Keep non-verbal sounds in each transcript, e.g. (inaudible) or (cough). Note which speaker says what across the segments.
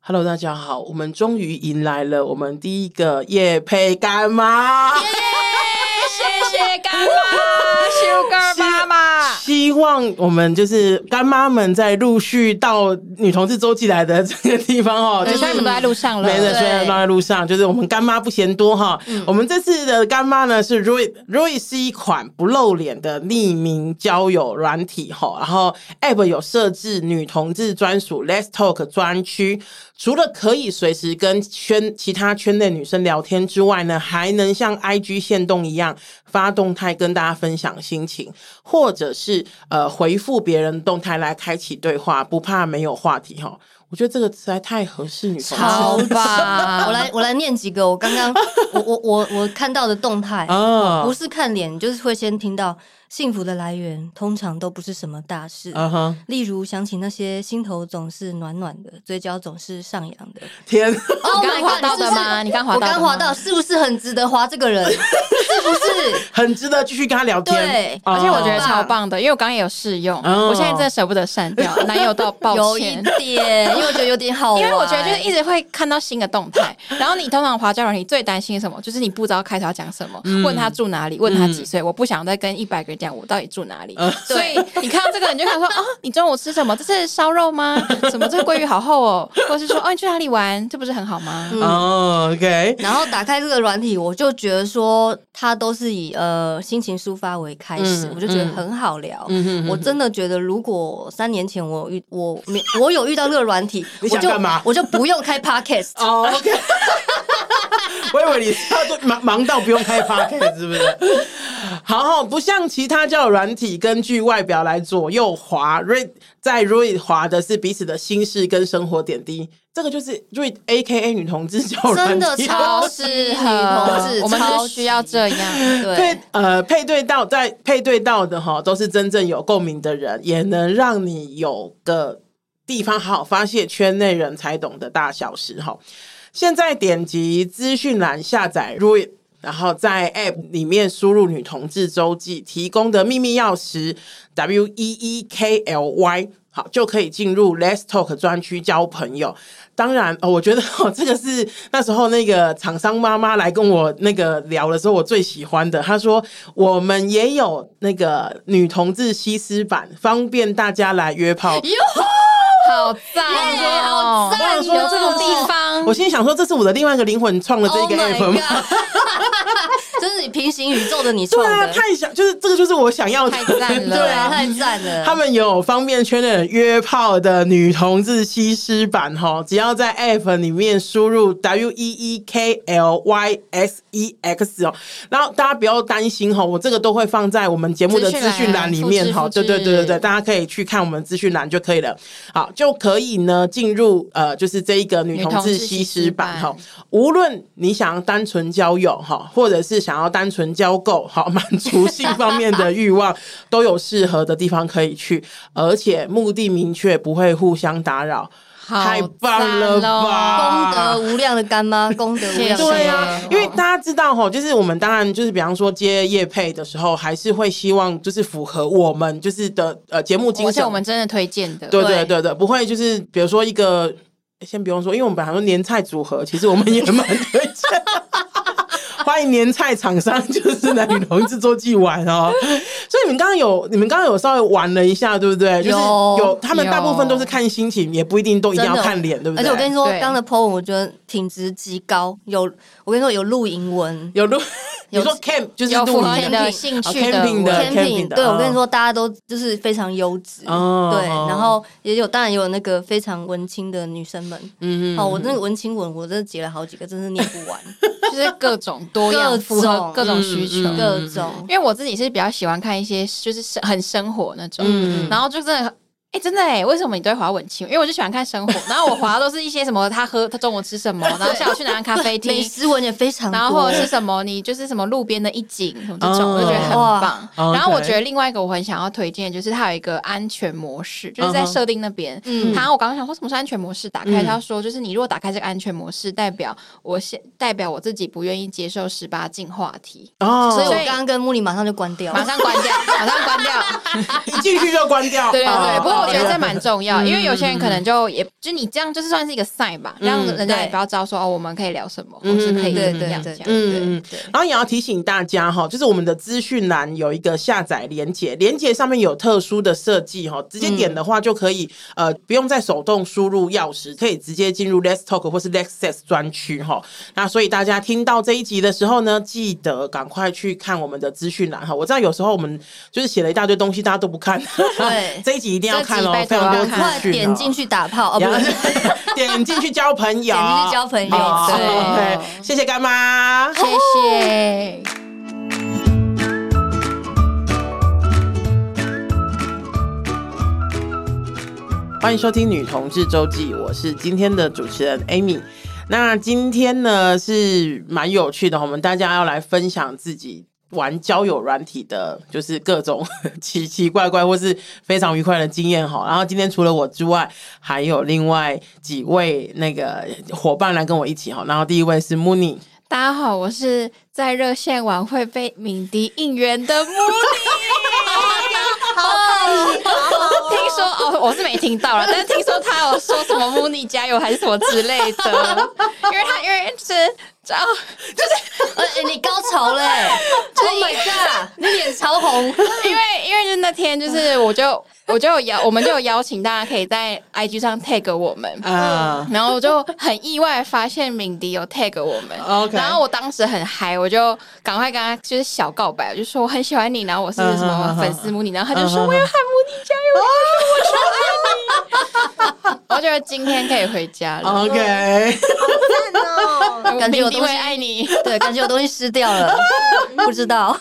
Speaker 1: Hello，大家好，我们终于迎来了我们第一个夜配干妈。
Speaker 2: 谢谢干
Speaker 1: (laughs)
Speaker 2: 妈、修干妈妈。
Speaker 1: 希望我们就是干妈们在陆续到女同志周记来的这个地方哦，就
Speaker 2: 对，
Speaker 1: 是
Speaker 2: 现在你们都在路上了，
Speaker 1: 没哦的，
Speaker 2: 对嗯
Speaker 1: 虽然放在路上，就是我们干妈不嫌多哈。我们这次的干妈呢是 Roy Roy 是一款不露脸的匿名交友软体哈，然后 App 有设置女同志专属 Let's Talk 专区，除了可以随时跟圈其他圈内女生聊天之外呢，还能像 IG 线动一样发动态跟大家分享心情，或者是呃回复别人动态来开启对话，不怕没有话题哈。我觉得这个实在太合适女同志了
Speaker 2: 好吧，
Speaker 3: (laughs) 我来我来念几个，我刚 (laughs) 刚我我我我看到的动态，
Speaker 1: 啊
Speaker 3: 不是看脸，就是会先听到幸福的来源，通常都不是什么大事。
Speaker 1: 啊哈！
Speaker 3: 例如想起那些心头总是暖暖的，嘴角总是上扬的。
Speaker 1: 天，
Speaker 3: 哦
Speaker 2: 你刚才滑到的吗？你刚滑
Speaker 3: 我
Speaker 2: 到的吗，
Speaker 3: 刚滑到，是不是很值得滑这个人？
Speaker 2: (laughs)
Speaker 3: 是不是？
Speaker 1: 很值得继续跟他聊天。
Speaker 3: 对
Speaker 1: 哦
Speaker 2: 而且我觉得超棒的，因为我刚刚也有试用，
Speaker 1: 哦
Speaker 2: 我现在真的舍不得删掉，男友到抱
Speaker 3: 有一
Speaker 2: 歉。
Speaker 3: 点，因为我觉得有点好玩。
Speaker 2: 因为我觉得就是一直会看到新的动
Speaker 1: (laughs)
Speaker 2: 态，然后你通常滑交友，你最担心什么？就是你不知道开头要讲什么，
Speaker 1: 嗯
Speaker 2: 问他住哪里，问他几岁。我不想再跟一百个人讲我到底住哪里，
Speaker 1: 嗯
Speaker 2: 所以你看到这个你就想说啊，你中午吃什么？这是烧肉吗？什么这个鲑鱼好厚哦？或者是说哦，你去哪里玩？这不是很好吗？
Speaker 1: 哦，OK，
Speaker 3: (laughs) 然后打开这个软体，我就觉得说，它都是以呃心情抒发为开始，
Speaker 1: 嗯
Speaker 3: 我就觉得很好聊。
Speaker 1: 嗯哼嗯哼
Speaker 3: 我真的觉得，如果三年前我遇我没我有遇到这个软体，
Speaker 1: (laughs) 你
Speaker 3: 我
Speaker 1: 想
Speaker 3: 就
Speaker 1: 干嘛
Speaker 3: 我就不用开 podcast。
Speaker 1: (laughs) 哦，OK。我以为你是要就忙忙到不用开 p o c a s t 是不是？好好，不像其他交友软体根据外表来左右滑，Read 在 Read 滑的是彼此的心事跟生活点滴，这个就是 Read A K A 女同志交友软
Speaker 3: 真
Speaker 1: 体，
Speaker 3: 的
Speaker 2: 超适合
Speaker 3: 女同志
Speaker 2: 我们
Speaker 3: 超
Speaker 2: 是
Speaker 3: 级
Speaker 2: 需要这样。
Speaker 1: 配
Speaker 3: 对，
Speaker 1: 呃配对到在配对到的哈，都是真正有共鸣的人，也能让你有个地方好好发泄圈内人才懂的大小事哈。现在点击资讯栏下载 r u i 然后在 App 里面输入“女同志周记”提供的秘密钥匙 W E E K L Y，好就可以进入 Let's Talk 专区交朋友。当然，哦，我觉得 (laughs) 哦，这个是那时候那个厂商妈妈来跟我那个聊的时候，我最喜欢的。她说我们也有那个女同志西施版，方便大家来约炮。
Speaker 2: 好赞
Speaker 3: 耶
Speaker 2: 哦
Speaker 3: 好！赞
Speaker 2: 有这种地方
Speaker 1: 我，心里想说，这是我的另外一个灵魂创的这
Speaker 3: Oh
Speaker 1: 一个
Speaker 3: my
Speaker 1: app 吗 (laughs)
Speaker 3: god！这 (laughs) 是你平行宇宙的你
Speaker 1: 对
Speaker 3: 创
Speaker 1: 啊，
Speaker 3: 的，
Speaker 1: 太想就是这个就是我想要的，
Speaker 2: 太赞了
Speaker 1: 对
Speaker 3: 对
Speaker 1: 啊。
Speaker 3: (laughs) 太赞
Speaker 1: (laughs)
Speaker 3: 了。
Speaker 1: 他们有方便圈的约炮的女同志西施版哈，只要在 App 里面输入 W E E K L Y S E X 哦，然后大家不要担心哈，我这个都会放在我们节目的资讯栏里面哈，
Speaker 2: 资
Speaker 1: 对
Speaker 2: 讯
Speaker 1: 对
Speaker 2: 栏复制
Speaker 1: 对对对，大家可以去看我们资讯栏就可以了。好，就可以呢进入呃，就是这一个女同志西施版
Speaker 2: 女
Speaker 1: 哈
Speaker 2: 同志西。
Speaker 1: 无论你想要单纯交友哈，或者是想要单纯交购，好满足性方面的欲望，都有适合的地方可以去，而且目的明确，不会互相打扰。
Speaker 2: 好
Speaker 1: 太棒了
Speaker 2: 赞哦
Speaker 1: 吧
Speaker 3: 功德无量的干妈，功德无
Speaker 2: 谢谢
Speaker 3: 量的干
Speaker 1: 啊
Speaker 3: 妈。
Speaker 1: 对啊，因为大家知道哈，就是我们当然就是比方说接业配的时候，还是会希望就是符合我们就是的呃节目精
Speaker 2: 而且
Speaker 1: 神
Speaker 2: 我，们真的推荐的，
Speaker 1: 对对
Speaker 3: 对
Speaker 1: 对对，不会就是比如说一个，先不用说，因为我们本来说年菜组
Speaker 3: (laughs)
Speaker 1: 合，其实我们也蛮推荐。欢迎年菜厂商，就是男女同志周记玩哦。所以你们刚刚有，你们刚刚有稍微玩了一下，对不对？就是
Speaker 3: 有
Speaker 1: 有，他们大部分都是
Speaker 2: 有
Speaker 1: 看心情，也不一定都一定要
Speaker 3: 真的
Speaker 1: 看脸，对不对？
Speaker 3: 而且我跟你说，
Speaker 2: 对
Speaker 3: 刚刚的 po 文我觉得挺值极高，有我跟你说有露营文。
Speaker 1: 有录，你说
Speaker 3: 有
Speaker 1: camp 就是
Speaker 2: 有
Speaker 1: 露
Speaker 2: 符合
Speaker 1: 营
Speaker 2: 你的兴
Speaker 1: 哦
Speaker 2: 趣
Speaker 1: camping 的
Speaker 2: 的，
Speaker 3: 天
Speaker 1: camping 的
Speaker 3: 对
Speaker 1: 哦
Speaker 3: 我跟你说，大家都就是非常优质，
Speaker 1: 哦
Speaker 3: 对，然后也有当然也有那个非常文青的女生们，
Speaker 1: 嗯
Speaker 3: 哦，我那个文青文我真的截了好几个，真是念不
Speaker 1: (laughs)
Speaker 3: 完，
Speaker 2: 就是各种多样，
Speaker 3: 各种
Speaker 2: 符合各种需求。
Speaker 1: 嗯
Speaker 3: 各种
Speaker 2: 因为我自己是比较喜欢看一些就是生很生活那种，
Speaker 1: 嗯
Speaker 2: 然后就真的。哎、真的哎、为什么你都会滑文青？因为我就喜欢看生活，然后我滑的都是一些什么，他喝他中午吃什么，然后下午去哪个咖啡
Speaker 3: 美
Speaker 2: 厅，
Speaker 3: 食文也非常多，
Speaker 2: 然后或者是什么，你就是什么路边的一景什么这种，我就觉得很
Speaker 3: 哦哇
Speaker 2: 棒。
Speaker 1: 哦 OK
Speaker 2: 然后我觉得另外一个我很想要推荐，就是它有一个安全模式，就是在
Speaker 1: 嗯哼
Speaker 2: 设定那边。
Speaker 3: 嗯
Speaker 2: 然后我刚刚想说什么是安全模式，打开
Speaker 1: 嗯
Speaker 2: 它说就是你如果打开这个安全模式，代表我现代表我自己不愿意接受十八禁话题，
Speaker 1: 哦，
Speaker 3: 所以我刚刚跟茉莉马上就关掉
Speaker 2: 马
Speaker 3: 了，
Speaker 2: 上关掉，马上关掉。
Speaker 1: 一进去就关掉。
Speaker 3: (laughs)
Speaker 1: 哦
Speaker 2: 对对对，不过我觉得这蛮重要，因为有些人可能
Speaker 1: 嗯
Speaker 2: 就也就你这样，就是算是一个 sign 吧，让人家也不要知道说哦，我们可以聊什么，或是可以
Speaker 3: 对
Speaker 2: 怎么
Speaker 3: 对
Speaker 2: 样这
Speaker 3: 对
Speaker 2: 样。
Speaker 1: 嗯
Speaker 3: 对对，
Speaker 1: 然后也要提醒大家哈，就是我们的资讯栏有一个下载连接，连接上面有特殊的设计哈，直接点的话就可以、
Speaker 3: 嗯
Speaker 1: 呃不用再手动输入钥匙，可以直接进入 Let's Talk 或是 Let's Sex 专区哈。那所以大家听到这一集的时候呢，记得赶快去看我们的资讯栏哈。我知道有时候我们就是写了一大堆东西，大家都不看，
Speaker 3: 对
Speaker 1: (laughs) 这一集一定要看哦
Speaker 2: 这，集
Speaker 1: 非
Speaker 2: 拜托
Speaker 1: 常多
Speaker 2: 要
Speaker 1: 资
Speaker 2: 看
Speaker 3: 啊快
Speaker 1: 讯、哦，
Speaker 3: 点进去打炮啊！不
Speaker 1: 然后
Speaker 3: 是，
Speaker 1: 就 (laughs) 点进去交朋友，
Speaker 3: (laughs) 点进去交朋友
Speaker 1: 哦
Speaker 2: 对
Speaker 1: OK，谢 (laughs) 谢干妈。
Speaker 2: 谢谢。
Speaker 1: 欢迎收听《女同志周记》，我是今天的主持人 Amy。那今天呢是蛮有趣的，我们大家要来分享自己玩交友软体的，就是各种奇奇怪怪或是非常愉快的经验哈。然后今天除了我之外，还有另外几位那个伙伴来跟我一起哈。然后第一位是 Mooney，
Speaker 2: 大家好，我是在热线晚会被敏迪应援的木尼。 (laughs) 好开心！听说哦，我是没听到了，但是听说他有说什么木尼加油还是什么之类的，因为他因为是啊，
Speaker 3: 呃，哎你高潮嘞 (laughs) ！Oh my god，你脸超红，
Speaker 2: 因为因为就是那天就是我就我就有邀我们就有邀请大家可以在 IG 上 tag 我们，
Speaker 1: 啊、
Speaker 2: 然后我就很意外发现敏迪有 tag 我们
Speaker 1: 哦 OK
Speaker 2: 然后我当时很嗨，我就赶快跟他就是小告白，我就说我很喜欢你，然后我是什
Speaker 1: 嗯
Speaker 2: 么
Speaker 1: 哼
Speaker 2: 粉丝母女，然后他就
Speaker 1: 嗯
Speaker 2: 说
Speaker 1: 哼
Speaker 2: 我要喊母女加油，
Speaker 1: 哦
Speaker 2: 我说我说爱你，我觉得今天可以回家了，
Speaker 1: o k 哦
Speaker 3: 感觉有
Speaker 2: 敏迪
Speaker 3: 东
Speaker 2: 会
Speaker 3: 西
Speaker 2: 爱
Speaker 3: (laughs)
Speaker 2: 你，
Speaker 3: 对，感觉有东西湿掉了，不知道。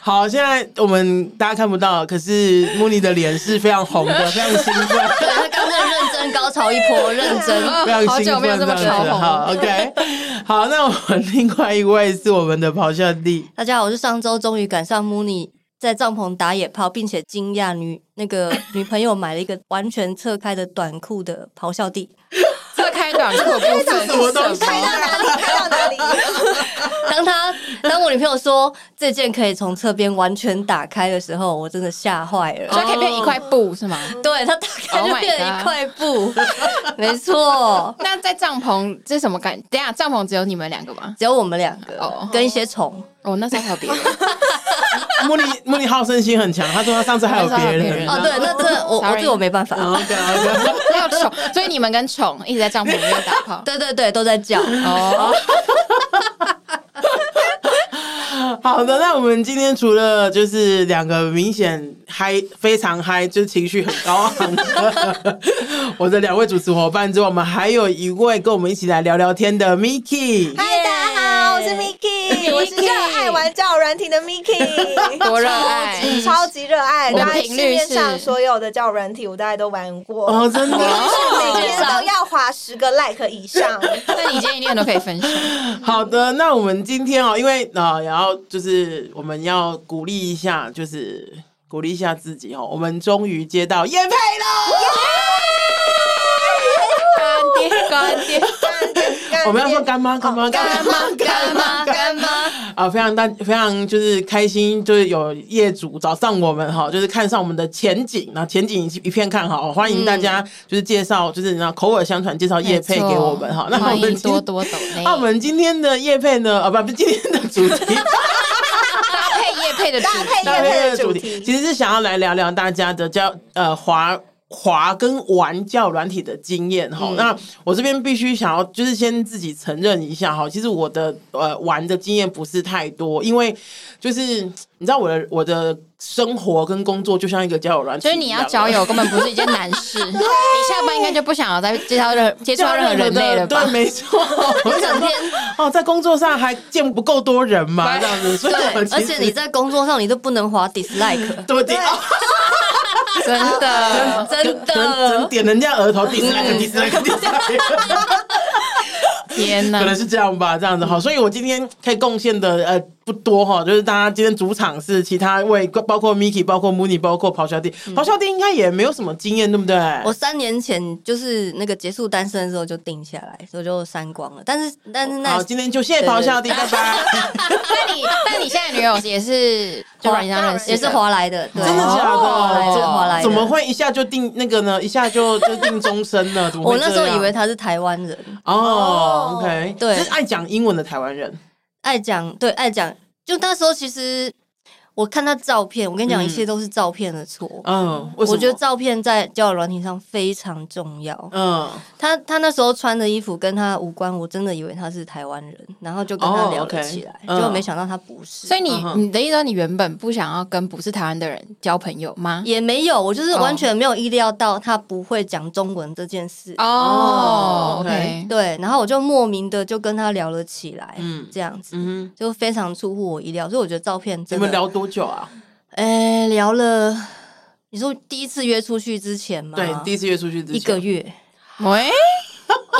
Speaker 1: 好，现在我们大家看不到，可是 Mooney 的脸是非常红的，非常兴奋。
Speaker 3: 对他刚刚认真高潮一波，认 (laughs) 真。
Speaker 2: (laughs)
Speaker 1: 非
Speaker 2: 哦
Speaker 1: 常
Speaker 2: 好
Speaker 1: 兴
Speaker 2: 久
Speaker 1: 奋
Speaker 2: 没有这么
Speaker 1: 样子
Speaker 2: 潮红了。
Speaker 1: 好，OK，好，那我们另外一位是我们的咆哮帝，
Speaker 3: 大家好，我是上周终于赶上 Mooney 在帐篷打野炮，并且惊讶女
Speaker 2: (laughs)
Speaker 3: 那个女朋友买了一个完全侧开的短裤的咆哮帝。
Speaker 2: 这开短裤的部分是
Speaker 1: 什么东西
Speaker 2: 什么
Speaker 1: 啊？
Speaker 3: 当他当我女朋友说这件可以从侧边完全打开的时候，我真的吓坏了。
Speaker 2: 所以可以变一块布是吗？
Speaker 1: 哦
Speaker 3: 对他打开
Speaker 2: 哦 Oh
Speaker 3: 就
Speaker 2: my
Speaker 3: 变成
Speaker 2: God
Speaker 3: 一块布，没错，
Speaker 2: 那在帐篷这是什么感？等一下帐篷只有你们两个吗？
Speaker 3: 只有我们两个、
Speaker 2: 哦
Speaker 3: 跟一些虫。
Speaker 2: 哦，那时候还有别人，
Speaker 1: 茉莉茉莉好胜心很强，他说他上次还有别人。
Speaker 3: 哦，对，那这我我
Speaker 2: Sorry Oh
Speaker 3: 这我没办法。
Speaker 1: OK OK，
Speaker 2: 还有虫，所以你们跟虫一直在帐篷里面打炮。
Speaker 3: 对对对，都在叫。
Speaker 2: (laughs) 哦，
Speaker 1: 好的，那我们今天除了就是两个明显嗨，非常嗨，就是情绪很高昂的我的两位主持伙伴之外，我们还有一位跟我们一起来聊聊天的 Miki。
Speaker 4: 嗨，大家好，我是
Speaker 2: Miki
Speaker 4: Miki，我是热爱玩交友软体的
Speaker 2: (laughs)
Speaker 4: Miki。
Speaker 2: (laughs) 多热爱！
Speaker 4: 超级热爱，
Speaker 2: 我们
Speaker 4: 大概市
Speaker 2: 频率
Speaker 4: 面上
Speaker 2: 是
Speaker 4: 所有的交友软体，我大概都玩过。
Speaker 1: 哦，真的
Speaker 4: 每天都要划十个 like 以
Speaker 2: (laughs)
Speaker 4: 上，
Speaker 2: 那你今天一定很多可以分享。
Speaker 1: 好的，那我们今天哦，因为啊、呃，然后就是我们要鼓励一下，就是鼓励一下自己哦。我们终于接到叶佩
Speaker 2: 干爹，干爹，
Speaker 4: 干爹干爹
Speaker 1: 我们要说干妈，干妈，干
Speaker 2: 哦干
Speaker 1: 妈
Speaker 2: 妈，干妈，干妈，
Speaker 1: (laughs) 啊，非常大，非常就是开心，就是有业主找上我们哈，就是看上我们的前景，然后前景一片看好，欢迎大
Speaker 2: 嗯
Speaker 1: 家就是介绍，就是那口耳相传介绍叶佩给我们哈。那我
Speaker 2: 欢
Speaker 1: 们
Speaker 2: 迎
Speaker 1: 今
Speaker 2: 多多抖内，
Speaker 1: 那我们今天的叶佩呢？啊，不，不是今天的主题。
Speaker 2: 搭配叶配的主
Speaker 4: 搭配
Speaker 1: 那
Speaker 4: 夜
Speaker 1: 天
Speaker 4: 配
Speaker 1: 的
Speaker 4: 的
Speaker 1: 主
Speaker 4: 主
Speaker 1: 题
Speaker 4: 题，
Speaker 1: 其实是想要来聊聊大家的教呃滑滑跟玩教软体的经验
Speaker 2: 嗯
Speaker 1: 哈。那我这边必须想要就是先自己承认一下哈，其实我的呃玩的经验不是太多，因为就是你知道我的我的生活跟工作就像一个交友软体
Speaker 2: 所
Speaker 1: 一
Speaker 2: 以
Speaker 1: 样，啊
Speaker 2: 你要
Speaker 1: (laughs)
Speaker 2: 交友根本不是一件难事，你下班应该就不想要再接触任接触到任何人类了吧
Speaker 1: 对，？没错。
Speaker 3: 我整天
Speaker 1: 哦，在工作上还见不够多人嘛，这样子，所以我
Speaker 2: Oh，
Speaker 3: 对，
Speaker 1: 其
Speaker 3: 而
Speaker 1: 实
Speaker 3: 且你在工作上你都不能滑 dislike，
Speaker 1: 对不对？哦
Speaker 2: 真的，
Speaker 3: 真
Speaker 1: 可能只能
Speaker 3: 的。
Speaker 1: 点人家额头 dislike，dislike，dislike。
Speaker 2: 天
Speaker 1: 可能
Speaker 2: 哪！
Speaker 3: 嗯
Speaker 1: 是这样吧，这样子好，所以我今天可以贡献的呃不多哈，就是大家今天主场是其他位，包括 Miki，包括 Mooney，包括咆哮帝，咆哮帝应该也没有什么经验，对不对？
Speaker 3: 嗯我三年前就是那个结束单身的时候就定下来，所以就删光了。但是但是那
Speaker 1: 哦好，今天就谢谢咆哮帝，
Speaker 3: 对
Speaker 1: 拜拜。
Speaker 2: 那你那你现在女友也是就软件上认识的，
Speaker 3: 也是华来的，对
Speaker 1: 真的假的
Speaker 3: 华来的 (laughs) 华来的
Speaker 1: 怎么？会一下就定那个呢？一下就就定终身呢？怎么
Speaker 3: 我
Speaker 1: 会这
Speaker 3: 那
Speaker 1: 样
Speaker 3: 时候以为他是台湾人，
Speaker 1: 哦，OK，
Speaker 3: 对
Speaker 1: 是爱讲英文的台湾人，
Speaker 3: 爱讲对爱讲，就那时候其实我看他照片，我跟你讲，
Speaker 1: 嗯
Speaker 3: 一切都是照片的错。
Speaker 1: 嗯，为什么
Speaker 3: 我觉得照片在交友软体上非常重要。
Speaker 1: 嗯，
Speaker 3: 他他那时候穿的衣服跟他无关，我真的以为他是台湾人，然后就跟
Speaker 1: 哦
Speaker 3: 他聊了
Speaker 1: OK，
Speaker 3: 起来，
Speaker 1: 嗯
Speaker 3: 结果没想到他不是。
Speaker 2: 所以你、
Speaker 1: 嗯哼
Speaker 2: 你的意思说你原本不想要跟不是台湾的人交朋友吗？
Speaker 3: 也没
Speaker 1: 哦
Speaker 3: 有，我就是完全没有意料到他不会讲中文这件事。
Speaker 1: 哦
Speaker 2: 哦、
Speaker 1: ，OK
Speaker 2: o k
Speaker 3: 对，然后我就莫名的就跟他聊了起来，
Speaker 1: 嗯
Speaker 3: 这样子
Speaker 1: 嗯
Speaker 3: 就非常出乎我意料，所以我觉得照片
Speaker 1: 哼，你
Speaker 3: 真
Speaker 1: 们
Speaker 3: 的，
Speaker 1: 聊多久啊？
Speaker 3: 哎、聊了，你说第一次约出去之前吗？
Speaker 1: 对，第一次约出去之前
Speaker 3: 一个月，
Speaker 2: 喂，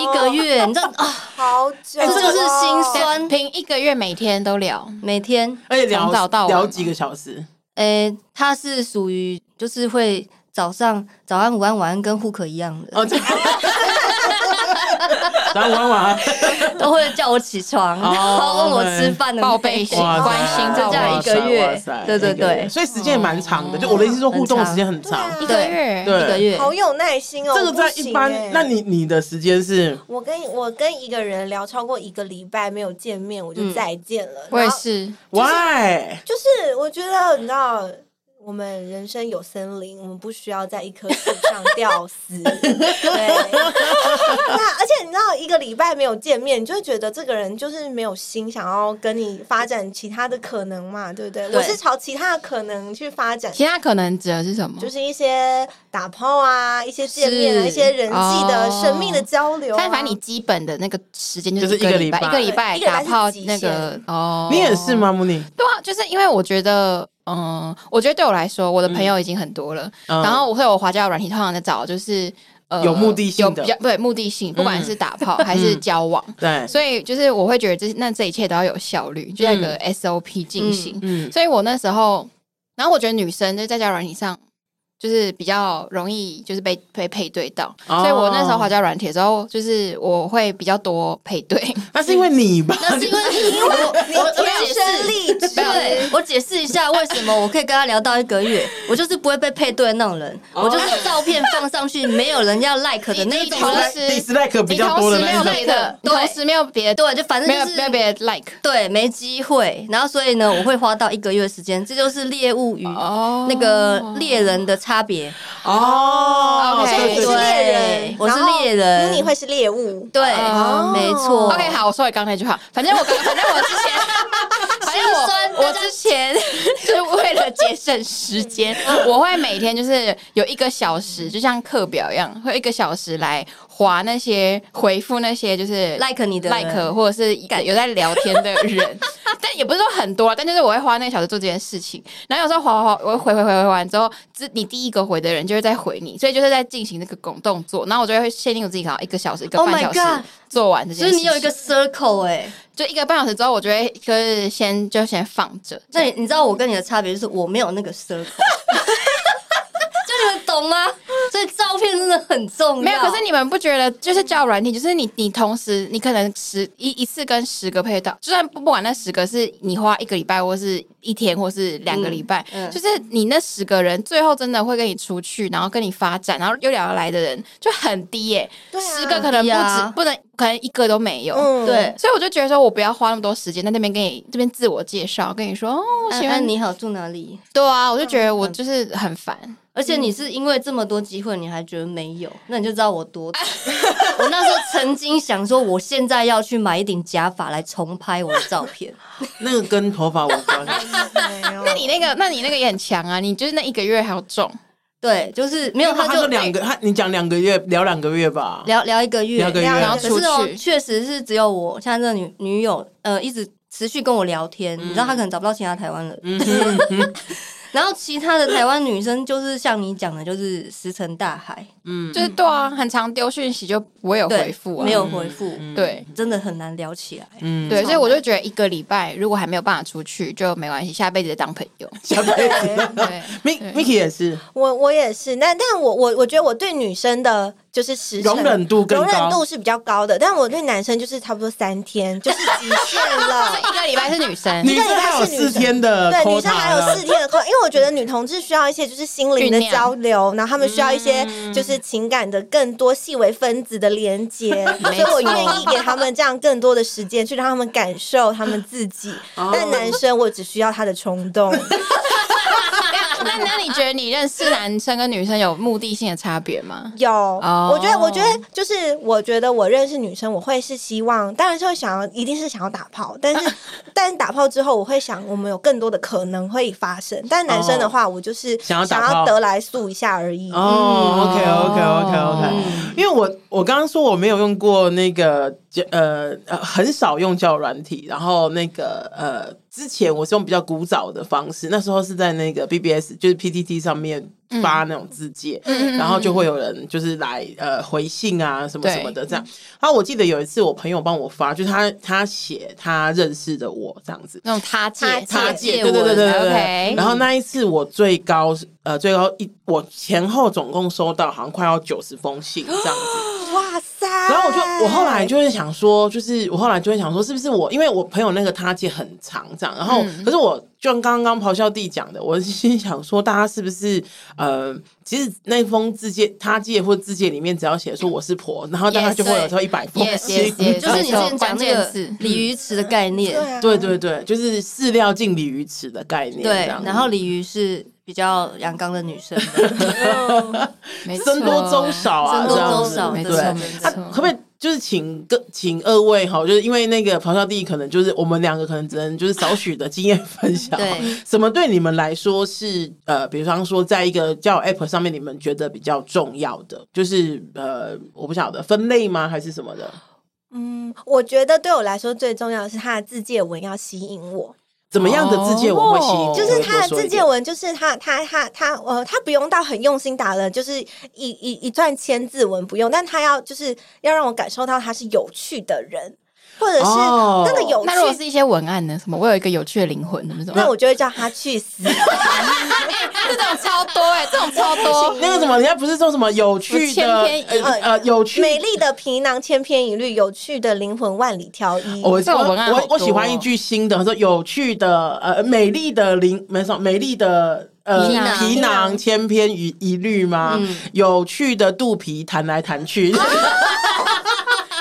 Speaker 3: 一个
Speaker 1: (laughs)
Speaker 3: 月，你知道啊，
Speaker 4: 好久、哦，
Speaker 1: 哎
Speaker 3: 这就是心酸，
Speaker 2: 凭一个月每天都聊，
Speaker 3: 每天，
Speaker 1: 而且聊
Speaker 2: 从早到晚
Speaker 1: 聊
Speaker 2: 嘛
Speaker 1: 几个小时，
Speaker 3: 诶、他是属于就是会早上早安、午安、晚安，跟户口一样的，
Speaker 1: 哦， (laughs) 这，然后玩完，
Speaker 3: 都会叫我起床，
Speaker 1: 哦
Speaker 3: 然后问我吃饭的
Speaker 2: 报备
Speaker 3: 内
Speaker 2: 型
Speaker 1: (laughs)
Speaker 3: 容
Speaker 1: 哇塞
Speaker 2: 关心
Speaker 1: 哇塞
Speaker 2: 照
Speaker 3: 就这样
Speaker 2: 顾
Speaker 3: 一个月
Speaker 1: 哇塞
Speaker 3: 对对
Speaker 1: 一个月嗯啊
Speaker 3: 对
Speaker 1: 所以时间也蛮长的，就我的意思是说互动的时间很长，
Speaker 4: 很
Speaker 2: 一
Speaker 4: 长
Speaker 2: 个月，
Speaker 1: 对
Speaker 3: 一个月，
Speaker 4: 好有耐心哦。
Speaker 1: 这个
Speaker 4: 我不
Speaker 1: 在
Speaker 4: 行
Speaker 1: 一般
Speaker 4: 欸，
Speaker 1: 那你你的时间是
Speaker 4: 我跟我跟一个人聊超过一个礼拜没有见面，我就
Speaker 3: 嗯
Speaker 4: 再见了。
Speaker 2: 我也
Speaker 4: 然后，
Speaker 2: 是，
Speaker 1: why？
Speaker 4: 就是我觉得你知道。我们人生有森林，我们不需要在一棵树上吊死。对，那而且你知道，一个礼拜没有见面，你就会觉得这个人就是没有心想要跟你发展其他的可能嘛，对不对？
Speaker 3: 对
Speaker 4: 我是朝其他的可能去发展，
Speaker 2: 其他可能指的是什么？
Speaker 4: 就是一些打炮啊，一些见面啊，
Speaker 2: 是
Speaker 4: 一些人际
Speaker 2: 哦
Speaker 4: 的、神秘的交流、啊。
Speaker 2: 但反正你基本的那个时间
Speaker 1: 就是
Speaker 2: 一个礼
Speaker 1: 一
Speaker 2: 拜，
Speaker 1: 个礼
Speaker 4: 拜
Speaker 2: 一个礼打炮
Speaker 4: 一个礼拜
Speaker 2: 那
Speaker 4: 是极限
Speaker 2: 个哦，
Speaker 1: 你也是？吗，木尼？
Speaker 2: 对啊，就是因为我觉得，嗯，我觉得对我来说，我的朋友已经很多了，
Speaker 1: 嗯
Speaker 2: 然后我会有华交友软体，通常在找就是呃
Speaker 1: 有目的性的嗯
Speaker 2: 有比较对目的性，不管是打炮还是交往。
Speaker 1: 对，
Speaker 2: 所以就是我会觉得这那这一切都要有效率，就要有个 SOP 进行。
Speaker 1: 嗯
Speaker 2: 所以我那时候，然后我觉得女生就在交友软体上，就是比较容易就是被被配对到，
Speaker 1: 哦
Speaker 2: 所以我那时候滑交友软体的时候，就是我会比较多配对。
Speaker 1: 那是因为你吧？
Speaker 3: 那是因为因为我我我
Speaker 4: 天
Speaker 3: 解
Speaker 4: 生
Speaker 3: 释，
Speaker 4: 丽质，
Speaker 3: 对我解释一下为什么我可以跟他聊到一个月，我就是不会被配对的那种人，我就是照片放上去没有人要 like 的那一
Speaker 2: 你
Speaker 3: 种
Speaker 2: 同
Speaker 1: (laughs)
Speaker 3: 人，
Speaker 2: 时
Speaker 1: dislike (laughs) 比
Speaker 2: 你
Speaker 1: 较
Speaker 2: 同
Speaker 1: 多
Speaker 2: 时
Speaker 1: 的
Speaker 2: 没
Speaker 1: 那一
Speaker 2: 有
Speaker 1: 种，
Speaker 2: 别的，你
Speaker 3: 对
Speaker 2: 同时没有别的，
Speaker 3: 对，就反正
Speaker 2: 没有
Speaker 3: 就
Speaker 2: 没有
Speaker 3: 是
Speaker 2: 别的 like
Speaker 3: 对没机会，然后所以呢，我会花到一个月时间，这就是猎物与
Speaker 2: 哦
Speaker 3: 那个猎人的差别，
Speaker 1: 哦，
Speaker 2: OK
Speaker 4: 所以你
Speaker 1: 对
Speaker 4: 是
Speaker 1: 对
Speaker 4: 猎人
Speaker 3: 对，我是猎人
Speaker 4: 然后你会是猎物，
Speaker 3: 对
Speaker 2: 哦，
Speaker 3: 没错。
Speaker 2: OK，好，我说回刚才那句话，反正我刚，反正我之
Speaker 3: (laughs)
Speaker 2: 前，反正我我之前就是为了节省时间，
Speaker 3: 嗯
Speaker 2: 我会每天就是有一个小时，就像课表一样，会有一个小时来划那些回复那些就是。
Speaker 3: like 你的
Speaker 2: like 或者是有在聊天的人， (laughs) 但也不是说很多啊，但就是我会花那个小时做这件事情。然后有时候划划划，我会回回回回完之后，之你第一个回的人就会再回你，所以就是在进行那个拱动作。然后我就会限定我自己，好像一个小时、一个
Speaker 3: Oh
Speaker 2: 半
Speaker 3: my
Speaker 2: 小时
Speaker 3: God
Speaker 2: 做完这件
Speaker 3: 就
Speaker 2: 事
Speaker 3: 是
Speaker 2: 情。
Speaker 3: 你有一个 circle 哎、
Speaker 2: 就一个半小时之后，我就会就是先就先放着。
Speaker 3: 那你你知道我跟你的差别就是我没有那个 circle，就你们懂吗？所以照片真的很重要。
Speaker 2: 没有，可是你们不觉得就是交友软体，就是你你同时你可能十一一次跟十个配到，就算不不管那十个是你花一个礼拜或是一天或是两个礼拜，
Speaker 3: 嗯嗯
Speaker 2: 就是你那十个人最后真的会跟你出去，然后跟你发展，然后又聊得来的人就很低耶、
Speaker 4: 对啊
Speaker 2: 十个可能不止、
Speaker 3: 很低啊
Speaker 2: 不能可能一个都没有。
Speaker 4: 嗯，
Speaker 3: 对，
Speaker 2: 所以我就觉得说，我不要花那么多时间在那边跟你这边自我介绍，跟你说哦，我
Speaker 3: 安
Speaker 2: 喜欢
Speaker 3: 安
Speaker 2: 你。
Speaker 3: 你好住哪里？
Speaker 2: 对啊，我就觉得我就是很烦。
Speaker 3: 而且你是因为这么多机会，你还觉得没有，
Speaker 2: 嗯
Speaker 3: 那你就知道我多
Speaker 2: (laughs)
Speaker 3: 惨。我那时候曾经想说，我现在要去买一顶假发来重拍我的照
Speaker 2: (laughs)
Speaker 3: 片。
Speaker 1: 那个跟头发无关。
Speaker 2: 那你那个，那你那个也很强啊！你就是那一个月还要中，
Speaker 3: 对，就是没有，
Speaker 1: 他
Speaker 3: 他
Speaker 1: 说
Speaker 3: 就
Speaker 1: 两个，他你讲两个月，聊两个月吧。
Speaker 3: 聊聊一个月，
Speaker 1: 聊个月
Speaker 4: 聊
Speaker 2: 然后
Speaker 3: 可
Speaker 2: 出
Speaker 3: 是哦，
Speaker 2: 去。
Speaker 3: 确实是只有我像这个女
Speaker 2: 嗯
Speaker 3: 女友，呃，一直持续跟我聊天，你知道她可能找不到其他台湾人，
Speaker 1: 嗯哼，
Speaker 3: 然后其他的台湾女生就是像你讲的，就是石沉大海，
Speaker 1: 嗯
Speaker 2: 就是对啊，很常丢讯息就不会有
Speaker 3: 对
Speaker 2: 回复啊，
Speaker 3: 没有回复，
Speaker 2: 对。
Speaker 3: 真的很难聊起来。
Speaker 1: 嗯，
Speaker 2: 对，所以我就觉得一个礼拜如果还没有办法出去，就没关系，下辈子再当朋 (laughs) 友。
Speaker 1: (laughs) 小贝子
Speaker 2: 对，
Speaker 1: ，Mi Miki 也是，
Speaker 4: 我我也是，但但我我我觉得我对女生的就是时辰
Speaker 1: 容忍度更
Speaker 4: 容
Speaker 1: 高
Speaker 4: 忍度是比较高的，但我对男生就是差不多三天就是极限
Speaker 2: (laughs)
Speaker 4: 了。
Speaker 2: 一个礼拜是女生，
Speaker 1: 女生还有四天的
Speaker 4: 对，
Speaker 1: quota 了，
Speaker 4: 女生还有四天的课，因为我觉得女同志需要一些就是心灵的
Speaker 2: 酝酿嗯
Speaker 4: 交流，然后她们需要一些就是情感的更多细微分子的连
Speaker 2: (laughs)
Speaker 4: 接，所以我愿意给他们这样更多的时间去让他们感受他们自己。
Speaker 2: 哦
Speaker 4: 但男生我只需要他的冲动，
Speaker 2: (laughs) 那那你觉得你认识男生跟女生有目的性的差别吗？
Speaker 4: 有，
Speaker 2: 哦
Speaker 4: 我觉得，我觉得就是，我觉得我认识女生，我会是希望，当然是会想要，一定是想要打炮，但
Speaker 1: (laughs)
Speaker 4: 是，但是打炮之后，我会想，我们有更多的可能会发生。但男生的话，我就是
Speaker 1: 哦想要打
Speaker 4: 想
Speaker 1: 炮
Speaker 4: 要得来速一下而已。
Speaker 1: 哦，OK
Speaker 4: 嗯
Speaker 1: OK OK OK，因为我我刚刚说我没有用过那个交呃呃很少用交友软体，然后那个呃之前我是用比较古早的方式，那时候是在那个 BBS 就是 PTT 上面发那种字界，
Speaker 4: 嗯
Speaker 1: 然后就会有人就是来呃回信啊什么什么的这样。然后我记得有一次我朋友帮我发，就是他他写他认识的我这样子，
Speaker 2: 那种他借
Speaker 1: 他
Speaker 2: 哎借
Speaker 1: 借，对对对对对对。
Speaker 2: ，OK，
Speaker 1: 然后那一次我最高是呃最高一，我前后总共收到好像快要九十封信这样子。
Speaker 4: 哇塞！
Speaker 1: 然
Speaker 4: 然
Speaker 1: 后我就我后来就会想说，就是我后来就会想说，是不是我因为我朋友那个他借很长这样，然后、可是我就像刚刚咆哮帝讲的，我心想说大家是不是呃，其实那封自介他借或自介里面只要写说我是婆，然后大概就会有超一百封
Speaker 2: Yes，
Speaker 1: 信。
Speaker 2: yes，yes
Speaker 3: 就是你之前讲那
Speaker 2: 关
Speaker 3: 个
Speaker 2: 键字
Speaker 3: 鲤鱼池的概念，
Speaker 4: 对
Speaker 1: (laughs)
Speaker 4: 啊，
Speaker 1: 对对对，就是饲料尽鲤鱼池的概念，
Speaker 3: 对
Speaker 1: 这样，子
Speaker 3: 然后鲤鱼是比较阳刚的女生的，
Speaker 2: 没错
Speaker 1: (laughs) 僧多粥少啊，
Speaker 3: 僧多
Speaker 1: 这样
Speaker 3: 粥
Speaker 1: 子
Speaker 3: 少，
Speaker 1: 对
Speaker 2: 没
Speaker 3: 的
Speaker 2: 错
Speaker 1: 啊
Speaker 3: 没
Speaker 2: 没
Speaker 3: 错
Speaker 2: 错。
Speaker 1: 可不可以就是请各请二位哈，就是因为那个咆哮帝可能就是我们两个可能只能就是少许的经验分
Speaker 2: (laughs)
Speaker 1: 享，
Speaker 3: 对，
Speaker 1: (laughs) 什么对你们来说是呃，比方说在一个叫 App 上面，你们觉得比较重要的，就是呃，我不晓得分类吗还是什么的，
Speaker 4: 嗯，我觉得对我来说最重要的是他的自介文要吸引我，
Speaker 1: 怎么样的字界我会吸引，
Speaker 2: 哦
Speaker 4: 就
Speaker 1: 我
Speaker 4: 是
Speaker 1: 会
Speaker 4: 他的
Speaker 1: 多说
Speaker 4: 自
Speaker 1: 一
Speaker 4: 介
Speaker 1: 点
Speaker 4: 文，就是他他他他呃，他不用到很用心打了，就是一一一段千字文不用，但他要就是要让我感受到他是有趣的人，或者是
Speaker 1: 哦
Speaker 4: 那个有
Speaker 2: 那如果
Speaker 4: 趣，
Speaker 2: 是一些文案呢？什么？我有一个有趣的灵魂，什么什么？
Speaker 4: 那我就会叫他去死。
Speaker 2: (laughs) 这种超多哎，这种超多。
Speaker 1: (laughs) 那个什么，人家不是说什么有趣
Speaker 2: 千
Speaker 1: 的
Speaker 2: 篇一
Speaker 1: 呃呃有趣
Speaker 4: 美丽的皮囊千篇一律，有趣的灵魂万里挑一。
Speaker 1: 哦我
Speaker 2: 这种文案
Speaker 1: 我
Speaker 2: 好
Speaker 1: 我我喜
Speaker 2: 多
Speaker 1: 欢
Speaker 2: 哦
Speaker 1: 一句新的，说有趣的，呃，美丽的灵，没错，美丽的呃
Speaker 3: 皮囊
Speaker 1: 皮囊千篇一一律吗？
Speaker 2: 嗯
Speaker 1: 有趣的肚皮弹来弹
Speaker 2: (laughs)
Speaker 1: 去，
Speaker 2: 啊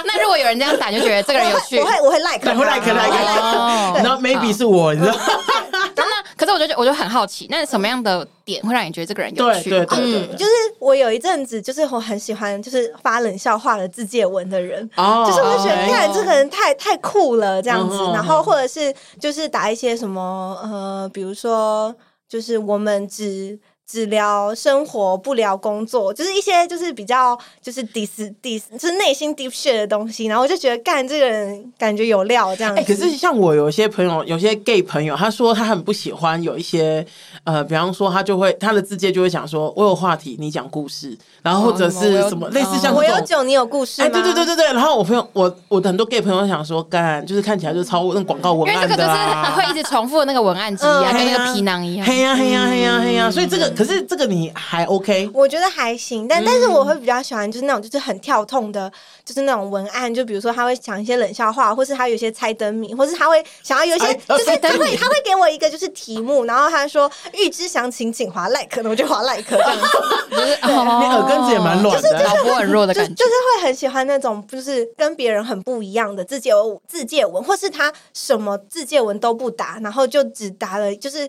Speaker 2: 那如果有人这样打，就觉得这个人有趣
Speaker 4: 我。会我会 like 他
Speaker 1: 来回来可来
Speaker 4: 我会 like 他
Speaker 2: 哦
Speaker 1: 然后 maybe 是我，
Speaker 2: (laughs)
Speaker 1: 你知道吗？
Speaker 2: 那可是我就觉得我就很好奇，那什么样的点会让你觉得这个人有
Speaker 1: 对
Speaker 2: 趣？
Speaker 1: 对对对，对
Speaker 4: 嗯就是我有一阵子，就是我很喜欢就是发冷笑话的自介文的人，
Speaker 1: 哦
Speaker 4: 就是我会觉得，
Speaker 1: OK
Speaker 4: 看这个人太太酷了这样子
Speaker 1: 嗯哼，
Speaker 4: 然后或者是就是打一些什么呃，比如说就是我们只只聊生活不聊工作，就是一些就是比较就是 dis dis 就是内心 deep shit 的东西，然后我就觉得干这个人感觉有料这样子。
Speaker 1: 哎、可是像我有一些朋友，有些 gay 朋友，他说他很不喜欢有一些，呃，比方说他就会他的字界就会想说，我有话题，你讲故事，然后或者
Speaker 2: 哦什么我
Speaker 1: 是
Speaker 2: 有
Speaker 1: 什么类似像
Speaker 4: 我
Speaker 1: 这
Speaker 4: 有
Speaker 1: 种。
Speaker 4: 酒，你有故事
Speaker 1: 哎，
Speaker 4: 吗？
Speaker 1: 对对对对对，然后我朋友，我我的很多 gay 朋友想说，干就是看起来就是超那广告文
Speaker 2: 因为这
Speaker 1: 案
Speaker 2: 个就
Speaker 1: 的
Speaker 2: 是
Speaker 1: 啊，
Speaker 2: 会一直重复的那个文案之一啊，
Speaker 4: 嗯
Speaker 2: 跟那个皮囊一样。
Speaker 1: 嘿呀嘿呀嘿呀嘿呀，所以这个可是这个你还
Speaker 2: 哦
Speaker 1: OK，
Speaker 4: 我觉得还行，但但是我
Speaker 1: 嗯
Speaker 4: 会比较喜欢就是那种就是很跳痛的，就是那种文案，就比如说他会讲一些冷笑话，或是他有一些猜灯谜，或是他会想要有一些
Speaker 1: 哎
Speaker 4: 就是
Speaker 1: 猜
Speaker 4: 他
Speaker 1: 灯谜
Speaker 4: 会他会给我一个就是题目，然后他说欲知详情请划 like，那我就划 like 这样子，
Speaker 2: 就是哦
Speaker 1: 你耳根子也蛮软的啊。
Speaker 2: 脑波很弱的
Speaker 4: 就
Speaker 2: 感
Speaker 4: 就
Speaker 2: 觉。
Speaker 4: 是会很喜欢那种就是跟别人很不一样的自介文自介文，或是他什么自介文都不答，然后就只答了就是。